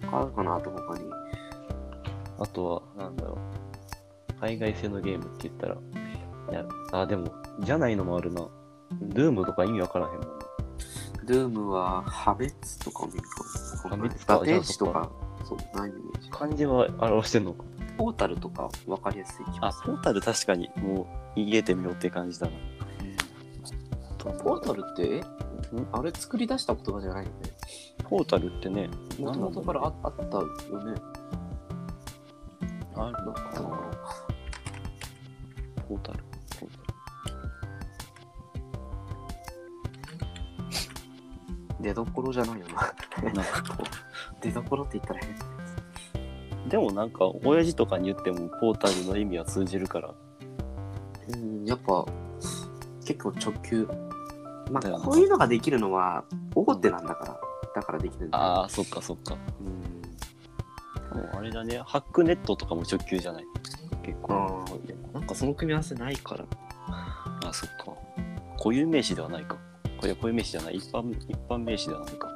Speaker 2: とかあるかな、あと他に。
Speaker 1: あとは、なんだろう。海外製のゲームって言ったら。いや、あ、でも、じゃないのもあるな。ドゥームとか意味わからへんもんな。
Speaker 2: ドゥームは破滅とかもいいかも。
Speaker 1: 破滅か
Speaker 2: 打天使とか、そう、ないイメージ。
Speaker 1: 漢字は表してんのか。
Speaker 2: ポータルとかわかりやすい気がす
Speaker 1: ポータル確かにもう言えてみようって感じだな。
Speaker 2: る。ポータルって、えあれ作り出した言葉じゃないよね。
Speaker 1: ポータルってね、
Speaker 2: もともとから
Speaker 1: あ
Speaker 2: ああったよね。
Speaker 1: ある
Speaker 2: なんか
Speaker 1: ポータル。
Speaker 2: 出どころじゃないよな。 出どころって言ったら変
Speaker 1: でもなんか、親父とかに言ってもポータルの意味は通じるから。
Speaker 2: うん、やっぱ結構直球。ま
Speaker 1: だよ
Speaker 2: あ、
Speaker 1: ね
Speaker 2: こういうのができるのは大手なんだから、だからできるんだよ。
Speaker 1: ああ、そっかそっか。
Speaker 2: うん。
Speaker 1: もうあれだね、ハックネットとかも直球じゃない。結構。
Speaker 2: あーでもなんかその組み合わせないから。
Speaker 1: あ、そっか。固有名詞ではないか。これ固有名詞じゃない。一般、一般名詞ではないか。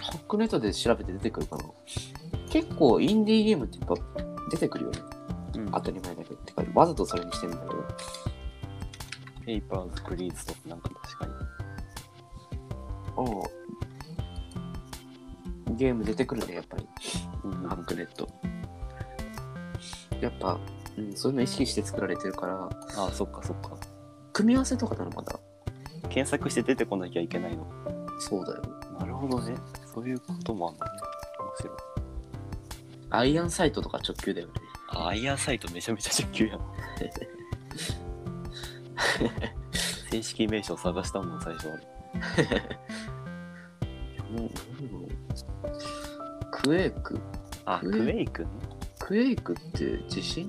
Speaker 2: ハックネットで調べて出てくるかな。結構インディーゲームってやっぱ出てくるよね。
Speaker 1: うん
Speaker 2: 当たり前だけど。てか、わざとそれにしてんだけど。
Speaker 1: ペーパーズ、クリーズとかなんか確かに。
Speaker 2: うんゲーム出てくるね、やっぱり。
Speaker 1: うん
Speaker 2: ハックネット。やっぱ、うん、そういうの意識して作られてるから、
Speaker 1: ああ、そっかそっか。
Speaker 2: 組み合わせとかなのまだ。
Speaker 1: 検索して出てこなきゃいけないの。
Speaker 2: そうだよ。
Speaker 1: なるほどね。そういうこともあるのね。面白い。
Speaker 2: アイアンサイトとか直球だよね。
Speaker 1: あアイアンサイトめちゃめちゃ直球 やん。正式名称探したもん、最初俺。
Speaker 2: もう、なんだろうクエイク。
Speaker 1: あ、
Speaker 2: うん
Speaker 1: クエイクね。
Speaker 2: クエイクって地震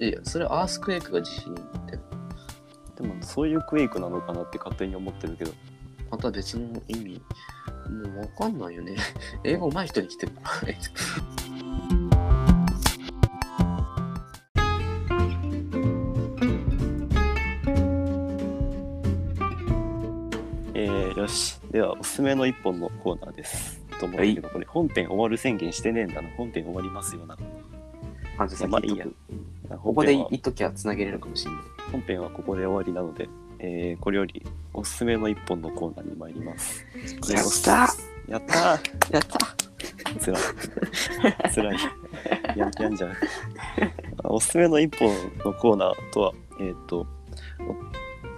Speaker 2: いや、それアースクエイクが地震って、
Speaker 1: でも、そういうクエイクなのかなって勝手に思ってるけど。
Speaker 2: また別の意味。もうわかんないよね。 英語上手い人に来て もらわないと。
Speaker 1: えー、よし。では、おすすめの一本のコーナーです。と思ったけど、これ本編終わる宣言してねえんだな。本編終わりますよな。
Speaker 2: あ、じゃあ
Speaker 1: まあ
Speaker 2: 先
Speaker 1: いい
Speaker 2: に
Speaker 1: や
Speaker 2: こ
Speaker 1: こ
Speaker 2: こで言っときゃ繋げれるかもしれない。
Speaker 1: 本編はここで終わりなので、えーこれよりおすすめの一本のコーナーに参ります。
Speaker 2: やった
Speaker 1: やった
Speaker 2: やった
Speaker 1: ーつらい。つらい。ややんじゃう。おすすめの一本のコーナーとは、えっ、と、お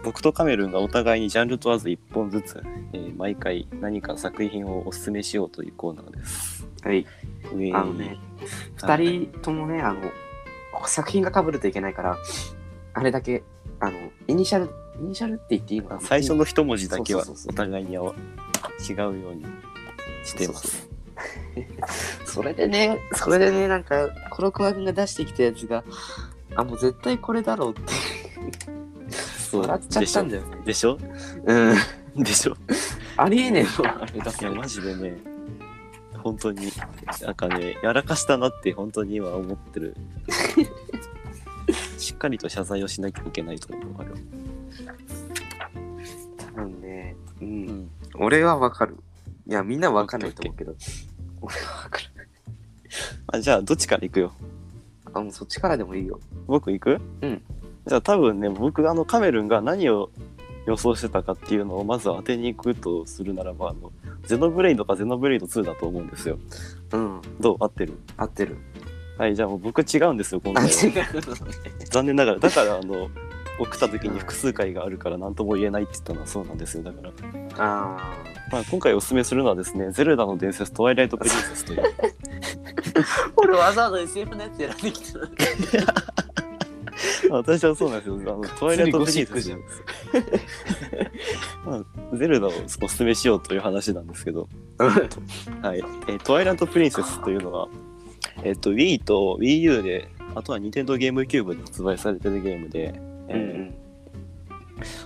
Speaker 1: 僕とカメルンがお互いにジャンル問わず一本ずつ、えー毎回何か作品をおすすめしようというコーナーです。
Speaker 2: はい。
Speaker 1: うえー
Speaker 2: あのね、
Speaker 1: は
Speaker 2: 二
Speaker 1: い
Speaker 2: 人ともね、あの、作品が被るといけないから、あれだけ、あの、イニシャル、イニシャルって言っていいのか
Speaker 1: あ
Speaker 2: な
Speaker 1: 最初の一文字だけは
Speaker 2: そうそうそうそ
Speaker 1: お
Speaker 2: う
Speaker 1: 互いに合わ違うようにしています。
Speaker 2: それでね、それでね、なんか、コロクマくんが出してきたやつが、あ、もう絶対これだろうって
Speaker 1: そう
Speaker 2: 笑っちゃったんだよ。
Speaker 1: でしょ
Speaker 2: うん。
Speaker 1: でしょ
Speaker 2: ありえねえもん、あれだ
Speaker 1: いやマジでね本当になんかねやらかしたなって本当に今思ってるしっかりと謝罪をしなきゃいけないと思うあれは
Speaker 2: 多分ね、う。
Speaker 1: うんん
Speaker 2: 俺はわかる。いや、みんなわかんないと思うけど。俺はわかる。
Speaker 1: あじゃあどっちから行くよ
Speaker 2: あ、もうそっちからでもいいよ。
Speaker 1: 僕行く
Speaker 2: うん
Speaker 1: じゃあ多分ね僕あのカメルンが何を予想してたかっていうのをまずは当てに行くとするならばあのゼノブレイドかゼノブレイド2だと思うんですよ
Speaker 2: うん。
Speaker 1: どう合ってる
Speaker 2: 合ってる。
Speaker 1: はいじゃあもう僕違うんですよ今
Speaker 2: あ、
Speaker 1: 回は
Speaker 2: 違う。
Speaker 1: 残念ながらだからあの送った時に複数回があるから何とも言えないって言ったのはそうなんですよだから
Speaker 2: あ
Speaker 1: まあ、今回おすすめするのはですね「ゼルダの伝説トワイライト・プリンセス」という
Speaker 2: ー。俺わざわざ SF のやつ選んできたのに。
Speaker 1: まあ私はそうなんですよあのトワイライト・プリンセス、まあ、ゼルダをおすすめしようという話なんですけど、はいえートワイライト・プリンセスというのは、えっと Wii と WiiU であとは Nintendo ゲームキューブで発売されてるゲームで、え
Speaker 2: う
Speaker 1: ー
Speaker 2: ん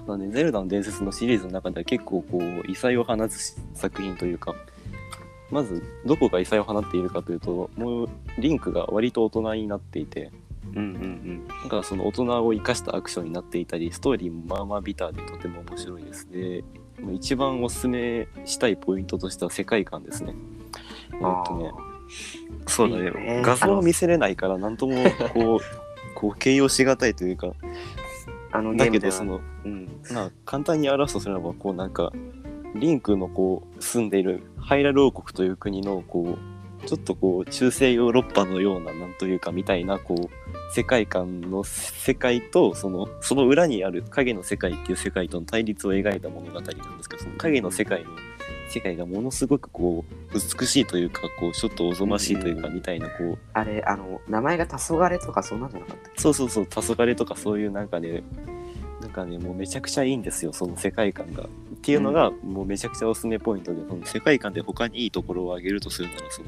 Speaker 1: まあね、ゼルダの伝説のシリーズの中では結構こう異彩を放つ作品というかまずどこが異彩を放っているかというともうリンクが割と大人になっていて
Speaker 2: うん。うんうん
Speaker 1: なんかその大人を生かしたアクションになっていたりストーリーもまあまあビターでとても面白いですでもう一番おすすめしたいポイントとしては世界観ですね。え
Speaker 2: う
Speaker 1: っ
Speaker 2: ん。あ
Speaker 1: とね
Speaker 2: ー
Speaker 1: そうだね
Speaker 2: いいね
Speaker 1: 画像を見せれないから何とも こうこう形容しがたいというか
Speaker 2: あのゲ
Speaker 1: だ
Speaker 2: ーム
Speaker 1: け
Speaker 2: で
Speaker 1: ど
Speaker 2: は
Speaker 1: その
Speaker 2: うん。
Speaker 1: まあ簡単に表すとすればこうなんかリンクのこう住んでいるハイラル王国という国のこうちょっとこう中世ヨーロッパのようななんというかみたいなこう世界観の世界とそのその裏にある影の世界っていう世界との対立を描いた物語なんですけどその影の世界の世界がものすごくこう美しいというかこうちょっとおぞましいというかみたいなこう
Speaker 2: あれ、あの、名前が黄昏とかそんなんじゃなかったっ
Speaker 1: そうそうそう、黄昏とかそういうなんかね、なんかね、もうめちゃくちゃいいんですよ、その世界観が。っていうのが、もうめちゃくちゃおすすめポイントで、その世界観で他にいいところを挙げるとするなら、そ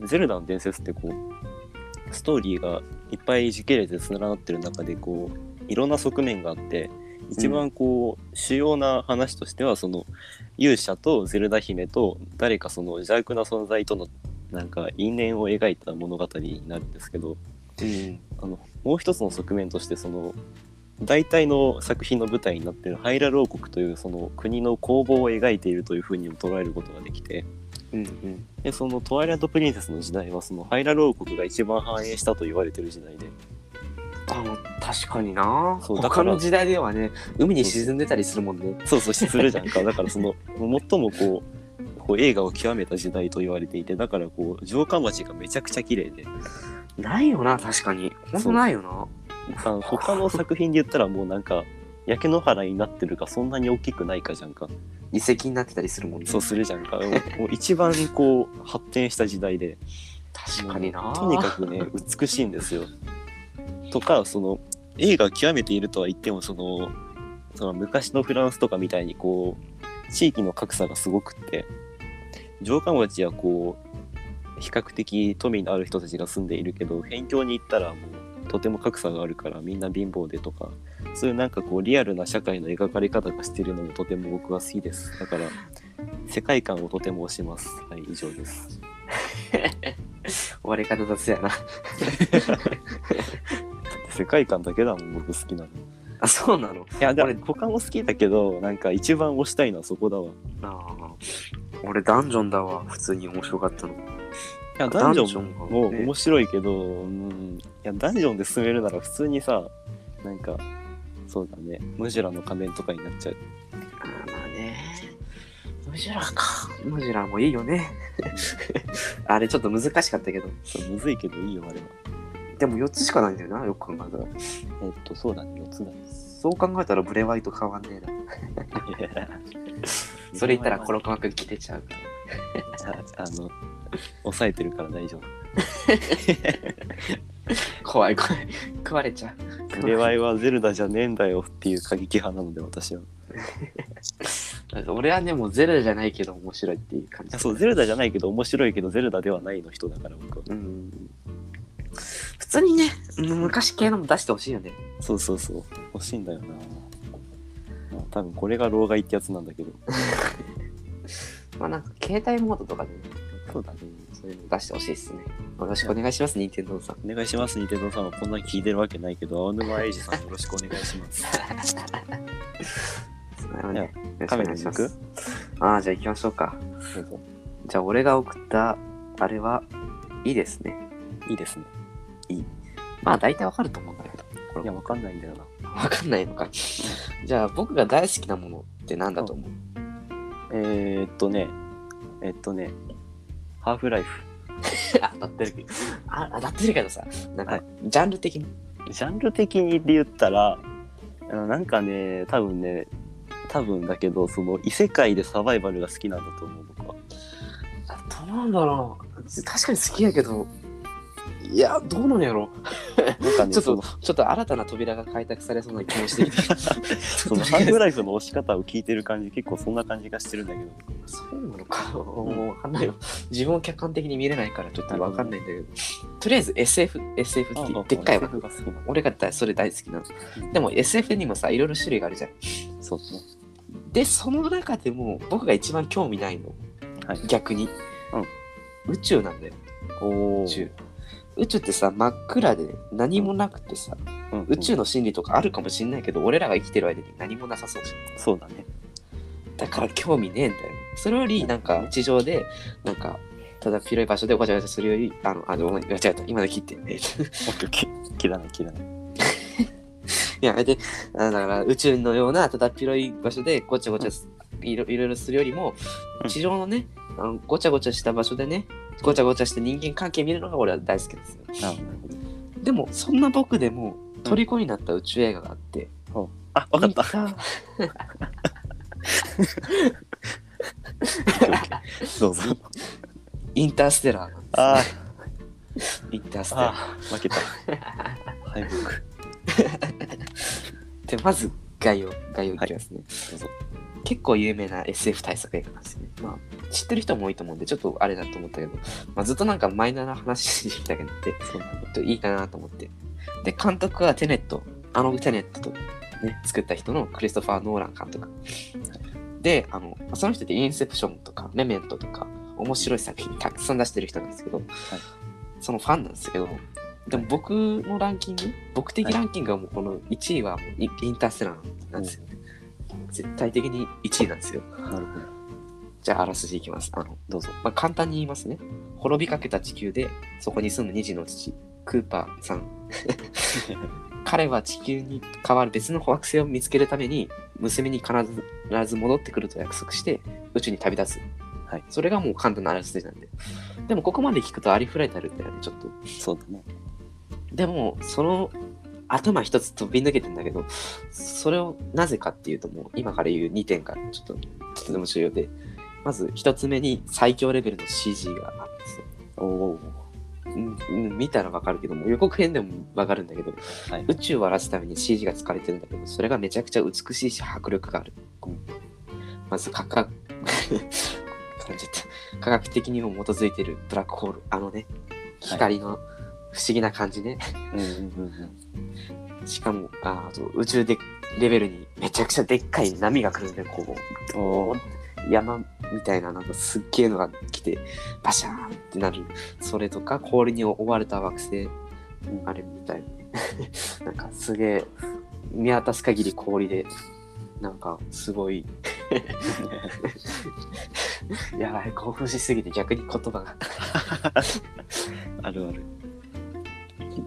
Speaker 1: の、ゼルダの伝説ってこう、ストーリーがいっぱい時系列で連なってる中で、こう、いろんな側面があって、一番こう、主要な話としては、その、勇者とゼルダ姫と誰かその邪悪な存在とのなんか因縁を描いた物語になるんですけど、
Speaker 2: けうん。
Speaker 1: あのもう一つの側面としてその大体の作品の舞台になっているハイラル王国というその国の攻防を描いているというふうにも捉えることができて
Speaker 2: うんうん。
Speaker 1: でそのトワイライト・プリンセスの時代はそのハイラル王国が一番繁栄したと言われている時代で
Speaker 2: あの、確かにな。
Speaker 1: そうだか
Speaker 2: 他
Speaker 1: ら
Speaker 2: の時代ではね、海に沈んでたりするもんね。
Speaker 1: そうそうするじゃんかだからその最もこうこう映画を極めた時代と言われていてだからこう城下町がめちゃくちゃ綺麗で
Speaker 2: ないよな、確かに。ほんとないよな。
Speaker 1: あの他の作品で言ったらもうなんか焼け野原になってるかそんなに大きくないかじゃんか
Speaker 2: 遺跡になってたりするもんね。
Speaker 1: そうするじゃんか。もうもう一番こう発展した時代で、
Speaker 2: 確かにな。
Speaker 1: とにかくね、美しいんですよ。とか、その映画を極めているとは言っても、そのその昔のフランスとかみたいにこう地域の格差がすごくって、城下町はこう比較的富のある人たちが住んでいるけど、辺境に行ったらもうとても格差があるからみんな貧乏でとか、そういうなんかこうリアルな社会の描かれ方がしているのもとても僕は好きです。だから世界観をとても推します。はい、以上です。
Speaker 2: 終わり方雑やな。
Speaker 1: 世界観だけだもん、僕好きなの。い
Speaker 2: あ、そうなの。
Speaker 1: や、で
Speaker 2: 俺
Speaker 1: も他も好きだけど、なんか一番推したいのはそこだわ。い
Speaker 2: なあ俺、ダンジョンだわ。普通に面白かったの。
Speaker 1: や、ダ
Speaker 2: ダ
Speaker 1: ン
Speaker 2: ン
Speaker 1: ジ
Speaker 2: ジ
Speaker 1: ョ
Speaker 2: ョ
Speaker 1: ン
Speaker 2: ン
Speaker 1: も面白いけど、うん。いや、ダンジョンで進めるなら普通にさ、なんか、そうだね、ムジュラの仮面とかになっちゃう。
Speaker 2: あーまあね。ムジュラか。ムジュラもいいよね。 あれちょっと難しかったけど。
Speaker 1: そうむずいけどいいよ、あれは。
Speaker 2: でも4つしかないんだよな、よく考えたら。
Speaker 1: えっと、そうだね、4つだね。
Speaker 2: そう考えたらブレワイと変わんねえな。それ言ったらコロクマくん切れちゃうから。
Speaker 1: ああの、抑えてるから大丈夫。
Speaker 2: 怖い怖い。食われちゃ
Speaker 1: レワイはゼルダじゃねえんだよっていう過激派なので私は。
Speaker 2: う。俺はね、もうゼルダじゃないけど面白いっていう感じ。
Speaker 1: そう、ゼルダじゃないけど面白いけど、ゼルダではないの人だから僕は。
Speaker 2: うん。普通にね、うん昔系のも出してほしいよね。
Speaker 1: そうそうそう。欲しいんだよな。まあ多分これが老害ってやつなんだけど。
Speaker 2: まあなんか、携帯モードとかでね、
Speaker 1: そうだね。
Speaker 2: そういうの出してほしいですね。よろしくお願いします、任天堂さん。
Speaker 1: お願いします、ニテンドーさんはこんなに聞いてるわけないけど、青沼英二さんよろしくお願いします。
Speaker 2: それはね、よろしく
Speaker 1: カ
Speaker 2: お
Speaker 1: メラ
Speaker 2: 願い
Speaker 1: に
Speaker 2: し
Speaker 1: 行
Speaker 2: ま
Speaker 1: く
Speaker 2: す。ああ、じゃあ行きましょうか。じゃあ俺が送った、あれは、いいですね。
Speaker 1: いいですね。
Speaker 2: まあ大体わかると思うんだけど。こ
Speaker 1: い
Speaker 2: れ
Speaker 1: や、
Speaker 2: わ
Speaker 1: わかんないんだよな。
Speaker 2: かんないのか。 じゃあ僕が大好きなものって何だと思う
Speaker 1: えー、っとね、えっとね、ハーフライフ。
Speaker 2: あ 当たってるけど。あ当たってるけどさ、な
Speaker 1: は
Speaker 2: んか
Speaker 1: い、
Speaker 2: ジャンル的に。
Speaker 1: ジャンル的にで言ったら、あのなんかね、多分ね、多分だけど、その異世界でサバイバルが好きなんだと思う、僕は。
Speaker 2: あどうなんだろう。確かに好きやけど、いや、どうなんやろ。
Speaker 1: なんかね、
Speaker 2: ちょ
Speaker 1: そ
Speaker 2: っと、
Speaker 1: の
Speaker 2: ちょっと新たな扉が開拓されそうな気も してきて。ち
Speaker 1: そ
Speaker 2: ょっ
Speaker 1: の
Speaker 2: と
Speaker 1: ハーフライフの押し方を聞いてる感じ、結構そんな感じがしてるんだけど、
Speaker 2: そういうものか。もうわかんないよ。自分を客観的に見れないからちょっとわかんないんだけど。とりあえず SF、SF っていうでっかい枠
Speaker 1: が好きなの。
Speaker 2: 俺が大それ大好きなの。で
Speaker 1: も、
Speaker 2: も SF にもさ、いろいろ種類があるじゃん。
Speaker 1: そうですね。
Speaker 2: で、その中でも僕が一番興味ないの。
Speaker 1: はい
Speaker 2: 逆に。宇宙なんだよ、
Speaker 1: お
Speaker 2: 宇宙。宇宙ってさ、真っ暗で何もなくてさ、宇宙
Speaker 1: の。
Speaker 2: の真理とかあるかもしんないけど、俺らが生きてる間に何もなさそうじゃん。
Speaker 1: そうだね。
Speaker 2: だから興味ねえんだよ。それより、なんか、地上で、なんか、ただ広い場所でごちゃごちゃするより、あの、あの、ごめん、間違えた。今の切って。 い
Speaker 1: オッケーオッケー切らない、切らない。
Speaker 2: や、やめて、あだから、宇宙のような、ただ広い場所でごちゃごちゃす、いろいろいろするよりも
Speaker 1: う、ん
Speaker 2: 地上のね、あのごちゃごちゃした場所でね、ごちゃごちゃして人間関係見るのが俺は大好きですよ。
Speaker 1: なるほど
Speaker 2: でも、そんな僕でも、虜になった宇宙映画があって、
Speaker 1: あ、わかっ
Speaker 2: い
Speaker 1: た。
Speaker 2: た。
Speaker 1: どうぞ。
Speaker 2: インターステラーなんですよ
Speaker 1: あ
Speaker 2: インターステ
Speaker 1: あ、
Speaker 2: ラー。
Speaker 1: 負けた。はい、僕。
Speaker 2: でまず概要概要いきますね、
Speaker 1: どうぞ
Speaker 2: 結構有名な SF 対策映画なんですよね、まあ、知ってる人も多いと思うんでちょっとあれだと思ったけど、まあ、ずっとなんかマイナーな話してきたけどって
Speaker 1: そうなんだ
Speaker 2: ちょっといいかなと思ってで監督はテネットあのテネットと、ね、作った人のクリストファー・ノーラン監督であのその人ってインセプションとかメメントとか面白い作品たくさん出してる人なんですけど、そのファンなんですけどでも僕のランキング僕的ランキングはもうこの1位はもうイインターステラーなんですよね、絶対的に1位なんですよ
Speaker 1: なるほど。
Speaker 2: じゃああらすじいきますあの
Speaker 1: どうぞ。
Speaker 2: まあ、簡単に言いますね。滅びかけた地球で、そこに住む2児の父、クーパ ーさん。彼は地球に代わる別の惑星を見つけるために、娘に必ず必ず戻ってくると約束して、宇宙に旅立つ。
Speaker 1: はい
Speaker 2: それがもう簡単なあらすじなんで。でも、ここまで聞くとありふれてるんだよね、ちょっと。
Speaker 1: そうだね。
Speaker 2: でも、その頭一つ飛び抜けてんだけど、それをなぜかっていうと、もう今から言う2点がちょっと、とても重要で、まず1つ目に最強レベルの CG があるんですよ。
Speaker 1: おお。
Speaker 2: うんうん見たらわかるけども予告編でもわかるんだけど
Speaker 1: はい。
Speaker 2: 宇宙を荒らすために CG が使われてるんだけどそれがめちゃくちゃ美しいし迫力がある、
Speaker 1: うん
Speaker 2: まず価格 感じた科学的にも基づいてるブラックホールあのね光の不思議な感じね、
Speaker 1: うんうんうんうん。
Speaker 2: しかもああと宇宙でレベルにめちゃくちゃでっかい波が来るんだよこう
Speaker 1: おー
Speaker 2: 山みたいななんかすっげえのが来てバシャーンってなるそれとか氷に覆われた惑星
Speaker 1: うん
Speaker 2: あれみたいな なんかすげえ見渡す限り氷でなんかすごい やばい興奮しすぎて逆に言葉が
Speaker 1: あるある。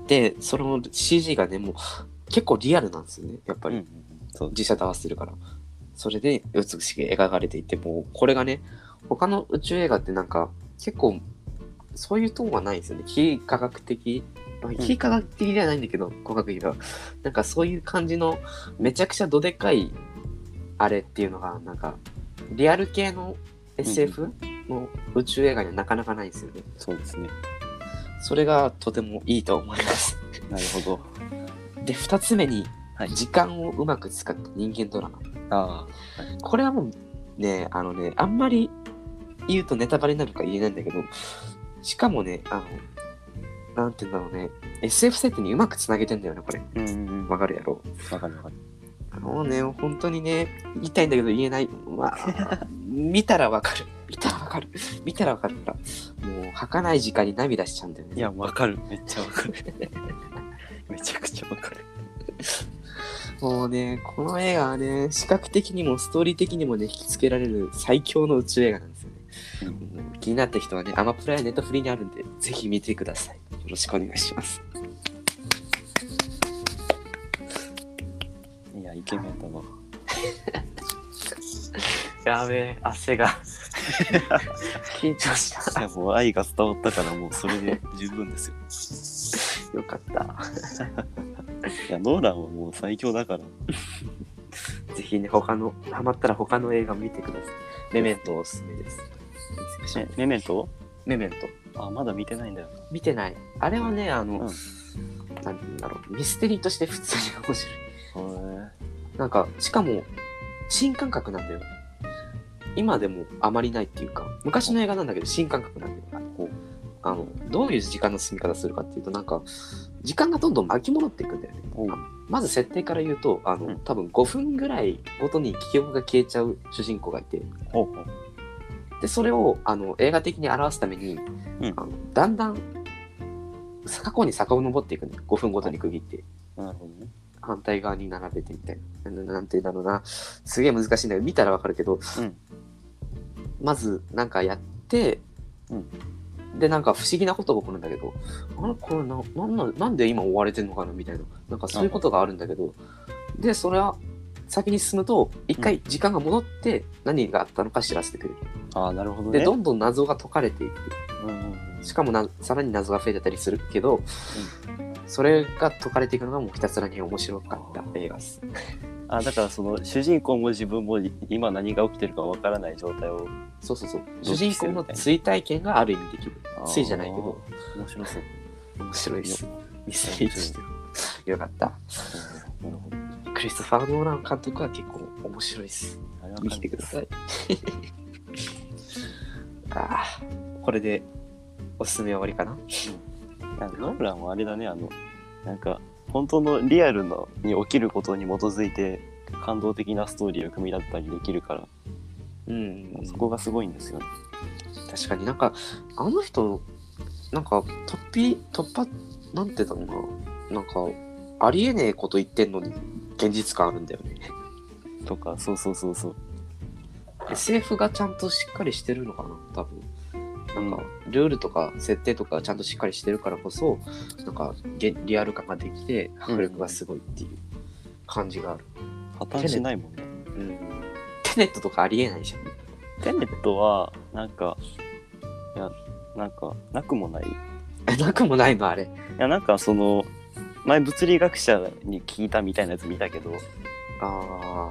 Speaker 2: でその CG がねもう結構リアルなんですよねやっぱ
Speaker 1: うんうん
Speaker 2: り、
Speaker 1: うん。そう。
Speaker 2: 自社と合わせてるからそれで美しく描かれていてもうこれがね他の宇宙映画ってなんか結構そういうトーンはないんですよね非科学的まあ
Speaker 1: ん
Speaker 2: 非科学的ではないんだけど、科学的はなんかそういう感じのめちゃくちゃどでかいあれっていうのがなんかリアル系の SF の宇宙映画にはなかなかないんですよね
Speaker 1: そうですね。
Speaker 2: それがとてもいいと思います
Speaker 1: なるほど。
Speaker 2: で2つ目に
Speaker 1: はい
Speaker 2: 時間をうまく使った人間ドラマ
Speaker 1: ああ。
Speaker 2: これはもうねあのねあんまり言うとネタバレになるから言えないんだけどしかもねあのなんて言うんだろうね SF 設定にうまくつなげてんだよねこれ
Speaker 1: うんうん。
Speaker 2: わかるやろ
Speaker 1: わかるわかる。
Speaker 2: もうね本当にね言いたいんだけど言えないまあ 見たらわかる見たらわかる見たらわかるからもう儚い時間に涙しちゃうんだよね
Speaker 1: いや、わかる。めっちゃわかる。めちゃくちゃわかる。
Speaker 2: もうね、この映画はね、視覚的にもストーリー的にもね、引きつけられる最強の宇宙映画なんですよね。もう気になった人はね、アマプラやネットフリーにあるんで、ぜひ見てください。よろしくお願いします。
Speaker 1: いや、イケメンだな。
Speaker 2: やべえ、汗が。緊張した。
Speaker 1: いや、もう愛が伝わったから、もうそれで十分ですよ。
Speaker 2: よかった。
Speaker 1: いや、ノーランはもう最強だから。
Speaker 2: ぜひね、他の、ハマったら他の映画見てください。メメントおすすめです。
Speaker 1: ね、メメント
Speaker 2: メメント。
Speaker 1: あ、まだ見てないんだよ。
Speaker 2: 見てない。あれはね、あの、
Speaker 1: うん
Speaker 2: なんて言うんだろう、ミステリーとして普通に面白い。
Speaker 1: へー
Speaker 2: なんか、しかも、新感覚なんだよ。今でもあまりないっていうか、昔の映画なんだけど、新感覚なんだよ。こうあのどういう時間の進み方するかっていうと、なんか、時間がどんどん巻き戻っていくんだよね。
Speaker 1: おう
Speaker 2: まず設定から言うと、あの、
Speaker 1: うん
Speaker 2: 多分5分ぐらいごとに記憶が消えちゃう主人公がいて、
Speaker 1: ほうほう。
Speaker 2: で、それをあの映画的に表すために、
Speaker 1: うん
Speaker 2: あのだんだん、過去に遡っていくんだよ。5分ごとに区切って。
Speaker 1: なるほどね。
Speaker 2: 反対側に並べてみたいな。ななんて言うんだろうな。すげえ難しいんだけど、見たらわかるけど、
Speaker 1: うん
Speaker 2: まずなんかやって、
Speaker 1: うん
Speaker 2: で、なんか不思議なことが起こるんだけど、あれこれな、なんなんなんで今追われてんのかなみたいな。なんかそういうことがあるんだけど、で、それは先に進むと、一回時間が戻って何があったのか知らせてくれる。
Speaker 1: あー、なるほどね。
Speaker 2: で、どんどん謎が解かれていく。
Speaker 1: うんうんうん
Speaker 2: しかもなさらに謎が増えてたりするけど、それが解かれていくのがもうひたすらに面白かった映画です。
Speaker 1: あだからその主人公も自分も今何が起きてるかわからない状態を
Speaker 2: そうそうそう。
Speaker 1: 同
Speaker 2: 主
Speaker 1: 期
Speaker 2: 人
Speaker 1: 生
Speaker 2: 公
Speaker 1: み
Speaker 2: の
Speaker 1: たいな
Speaker 2: 追体験がある意味できる。ついじゃないけど、
Speaker 1: あー面白そう
Speaker 2: 面白いです。ミステリーとしては。よかった。
Speaker 1: なるほど
Speaker 2: クリストファー・ノーラン監督は結構面白いです。
Speaker 1: あれは
Speaker 2: 見てく ださい。あーこれでおすすめ終わりかな
Speaker 1: なんかノーランはあれだねあのなんか本当のリアルのに起きることに基づいて感動的なストーリーを組み立てたりできるから、
Speaker 2: うん
Speaker 1: そこがすごいんですよね。
Speaker 2: 確かになんかあの人なんか突飛突破なんて言うんだろうななんかありえねえこと言ってんのに現実感あるんだよね
Speaker 1: とかそうそうそうそう
Speaker 2: SF がちゃんとしっかりしてるのかな多分なんかルールとか設定とかちゃんとしっかりしてるからこそなんかげリアル感ができて迫力がすごいっていう感じがある、
Speaker 1: 破綻しないもんね。
Speaker 2: うん、テネットとかありえないじゃん
Speaker 1: テネットはなんかいやなんかなくもない
Speaker 2: えなくもないのあれ
Speaker 1: いやなんかその前物理学者に聞いたみたいなやつ見たけどなん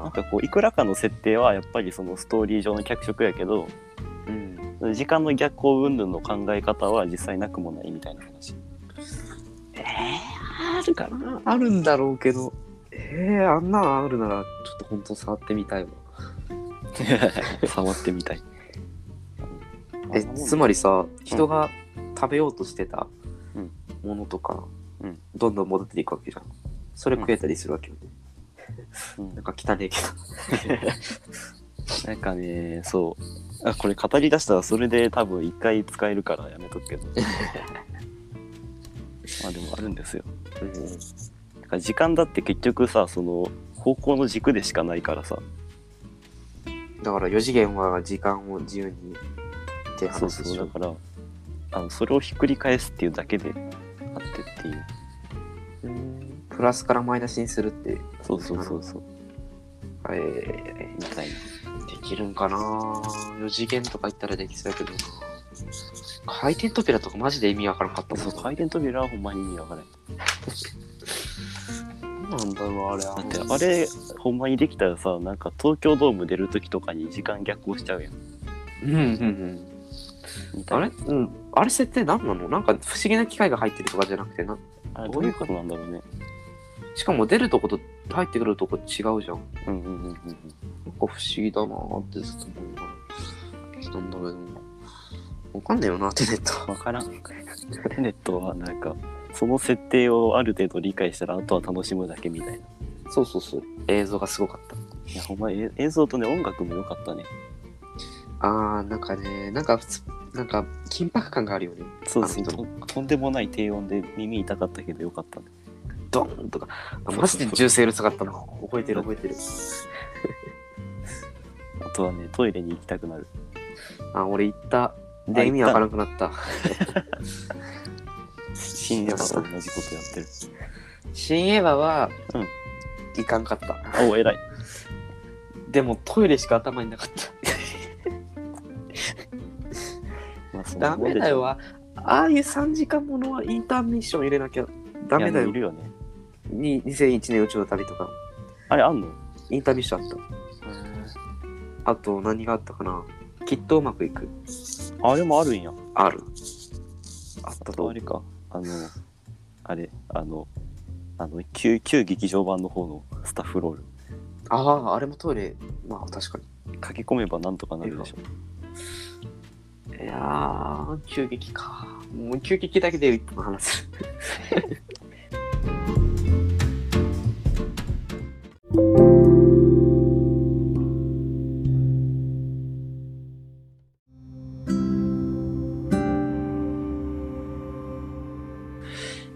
Speaker 2: あ
Speaker 1: かこういくらかの設定はやっぱりそのストーリー上の脚色やけど
Speaker 2: あうん
Speaker 1: 時間の逆行云々の考え方は実際なくもないみたいな話
Speaker 2: えー、あるかなあるんだろうけどえー、あんなのあるならちょっと本当触ってみたいわ
Speaker 1: 触ってみたい
Speaker 2: えつまりさ人が食べようとしてた
Speaker 1: うん
Speaker 2: ものとか、
Speaker 1: うん
Speaker 2: どんどん戻っていくわけじゃんそれ食えたりするわけよね、
Speaker 1: うん
Speaker 2: なんか汚ねえけ
Speaker 1: なんかねそうあこれ語り出したらそれで多分一回使えるからやめとく けどまあでもあるんですよ
Speaker 2: ど、うん
Speaker 1: なんか時間だって結局さその方向の軸でしかないからさ
Speaker 2: だから4次元は時間を自由にって
Speaker 1: そう
Speaker 2: 話で
Speaker 1: そう
Speaker 2: し
Speaker 1: だ
Speaker 2: ょ
Speaker 1: からあのそれをひっくり返すっていうだけであってっていう
Speaker 2: うんプラスからマイナスにするって、
Speaker 1: そうそうそうそう
Speaker 2: えー
Speaker 1: みたいな
Speaker 2: できるんかな4次元とか言ったらできそうやけどな回転扉とかマジで意味わからんかった
Speaker 1: そう
Speaker 2: も
Speaker 1: 回転扉はほんまに意味わからない
Speaker 2: んなんだろうあれ
Speaker 1: だってあれほんまにできたらさなんか東京ドーム出る時とかに時間逆行しちゃうやん
Speaker 2: うんうんうん
Speaker 1: みたい
Speaker 2: あ
Speaker 1: な
Speaker 2: れ、うん、あれ設定何なのなんか不思議な機械が入ってるとかじゃなくてな
Speaker 1: あれどういうことなんだろうね
Speaker 2: しかも出るとこと入ってくるとこ違うじゃん。なんか
Speaker 1: うんうんうんうん。
Speaker 2: 不思議だなーってずっと思うな。なんだろうでも。わかんないよな、テネット
Speaker 1: わ
Speaker 2: は。
Speaker 1: からん。テネットはなんか、その設定をある程度理解したら、あとは楽しむだけみたいな。
Speaker 2: そうそうそう。映像がすごかった。
Speaker 1: いや、ほんまえ映像とね、音楽も良かったね。
Speaker 2: あー、なんかね、なんか普通、なんか緊迫感があるよね。
Speaker 1: そうそう
Speaker 2: あ
Speaker 1: と。とんでもない低音で耳痛かったけど良かったね。
Speaker 2: ドーンとか。あマジで銃声うるさかったな。覚えてる覚えてる。
Speaker 1: あとはね、トイレに行きたくなる。
Speaker 2: あ、俺行った。
Speaker 1: あ
Speaker 2: で、意味わから
Speaker 1: 行っ
Speaker 2: なくな った。
Speaker 1: た死んでたと同じことやってる。
Speaker 2: 新エヴァは、
Speaker 1: うん
Speaker 2: いかんかった。
Speaker 1: お、偉い。
Speaker 2: でもトイレしか頭になかった。
Speaker 1: まあ、そんな
Speaker 2: ダ
Speaker 1: もん
Speaker 2: メ
Speaker 1: でしょ
Speaker 2: だよ。。ああいう3時間ものはインターミッション入れなきゃダメだ
Speaker 1: いや
Speaker 2: よ
Speaker 1: い。るよね。
Speaker 2: に2001年宇宙の旅とか、
Speaker 1: あれ、あんの
Speaker 2: インターミッションあった。あと何があったかなきっとうまくいく。
Speaker 1: あれもあるんや。
Speaker 2: ある。あった
Speaker 1: あ
Speaker 2: と思
Speaker 1: れか。あの、あれ、あの、あの、旧旧劇場版の方のスタッフロール。
Speaker 2: う。ああ、あれもトイレ。まあ確かに。
Speaker 1: 書き込めばなんとかなるでしょ。
Speaker 2: いやー、急激か。もう急激だけで一分話する。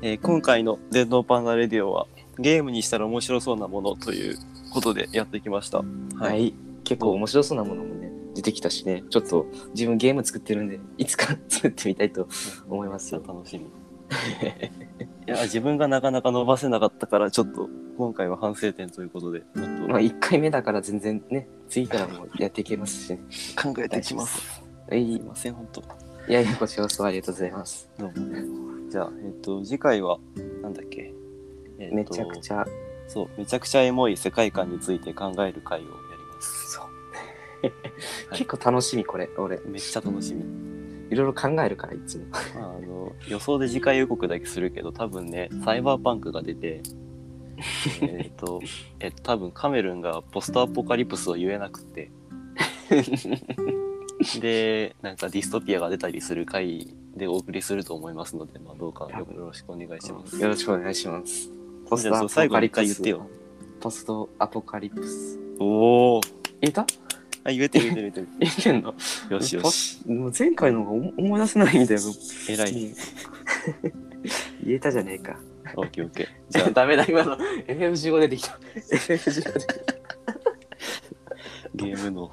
Speaker 1: えー今回の「電動パンダレディオ」はゲームにしたら面白そうなものということでやってきました。は
Speaker 2: はい。結構面白そうなものもね、出てきたしね、ちょっと自分ゲーム作ってるんで、いつか作ってみたいと思います
Speaker 1: じゃ
Speaker 2: よ
Speaker 1: あ。楽し み。いや自分がなかなか伸ばせなかったからちょっと今回は反省点ということでも
Speaker 2: まあ
Speaker 1: っ
Speaker 2: 1回目だから全然ね、次からもやっていけます しね。
Speaker 1: と考えてきます。
Speaker 2: はい
Speaker 1: すい
Speaker 2: い
Speaker 1: ません本当。
Speaker 2: いやいや、ご視聴ありがとうございます。
Speaker 1: どうも。じゃあえっ、と次回はなんだっけ。えっと
Speaker 2: めちゃくちゃ、
Speaker 1: そうめちゃくちゃエモい世界観について考える回をやります。
Speaker 2: そう。結構楽しみ、これ、俺。
Speaker 1: めっちゃ楽しみ。
Speaker 2: いろいろ考えるから、いつも。
Speaker 1: まああの予想で次回予告だけするけど多分ねサイバーパンクが出 てえっとえっと多分カメルンがポストアポカリプスを言えなくて でなんかディストピアが出たりする回でお送りすると思いますので、まあ、どうかよろしくお願いします。
Speaker 2: よろしくお願いします。ポ
Speaker 1: じゃあそう最後に一回言ってよ。
Speaker 2: ポストアポカリプス。
Speaker 1: おお
Speaker 2: 言えた
Speaker 1: あ言えてる言えてる言えて
Speaker 2: 言えてんの
Speaker 1: る。 よしよし。
Speaker 2: ポスもう前回のが思思い出せないんだよ。
Speaker 1: 偉い。
Speaker 2: 言え たじゃねえか。
Speaker 1: オッケーオッケー。じ ゃあ
Speaker 2: ダメだ、今の FF15 出てきた。FF15 出てきた。
Speaker 1: ゲームの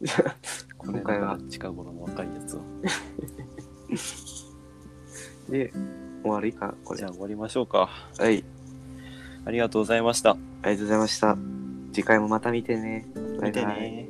Speaker 2: じゃあ
Speaker 1: これ
Speaker 2: 今回は
Speaker 1: なんか近頃の若いやつを。
Speaker 2: で、終わりか、これ。
Speaker 1: じゃ
Speaker 2: は
Speaker 1: あ終わりましょうか。
Speaker 2: い、あり
Speaker 1: ありがとうございました。
Speaker 2: がとうございました。次回もまた見てね。バイバイ
Speaker 1: 見てね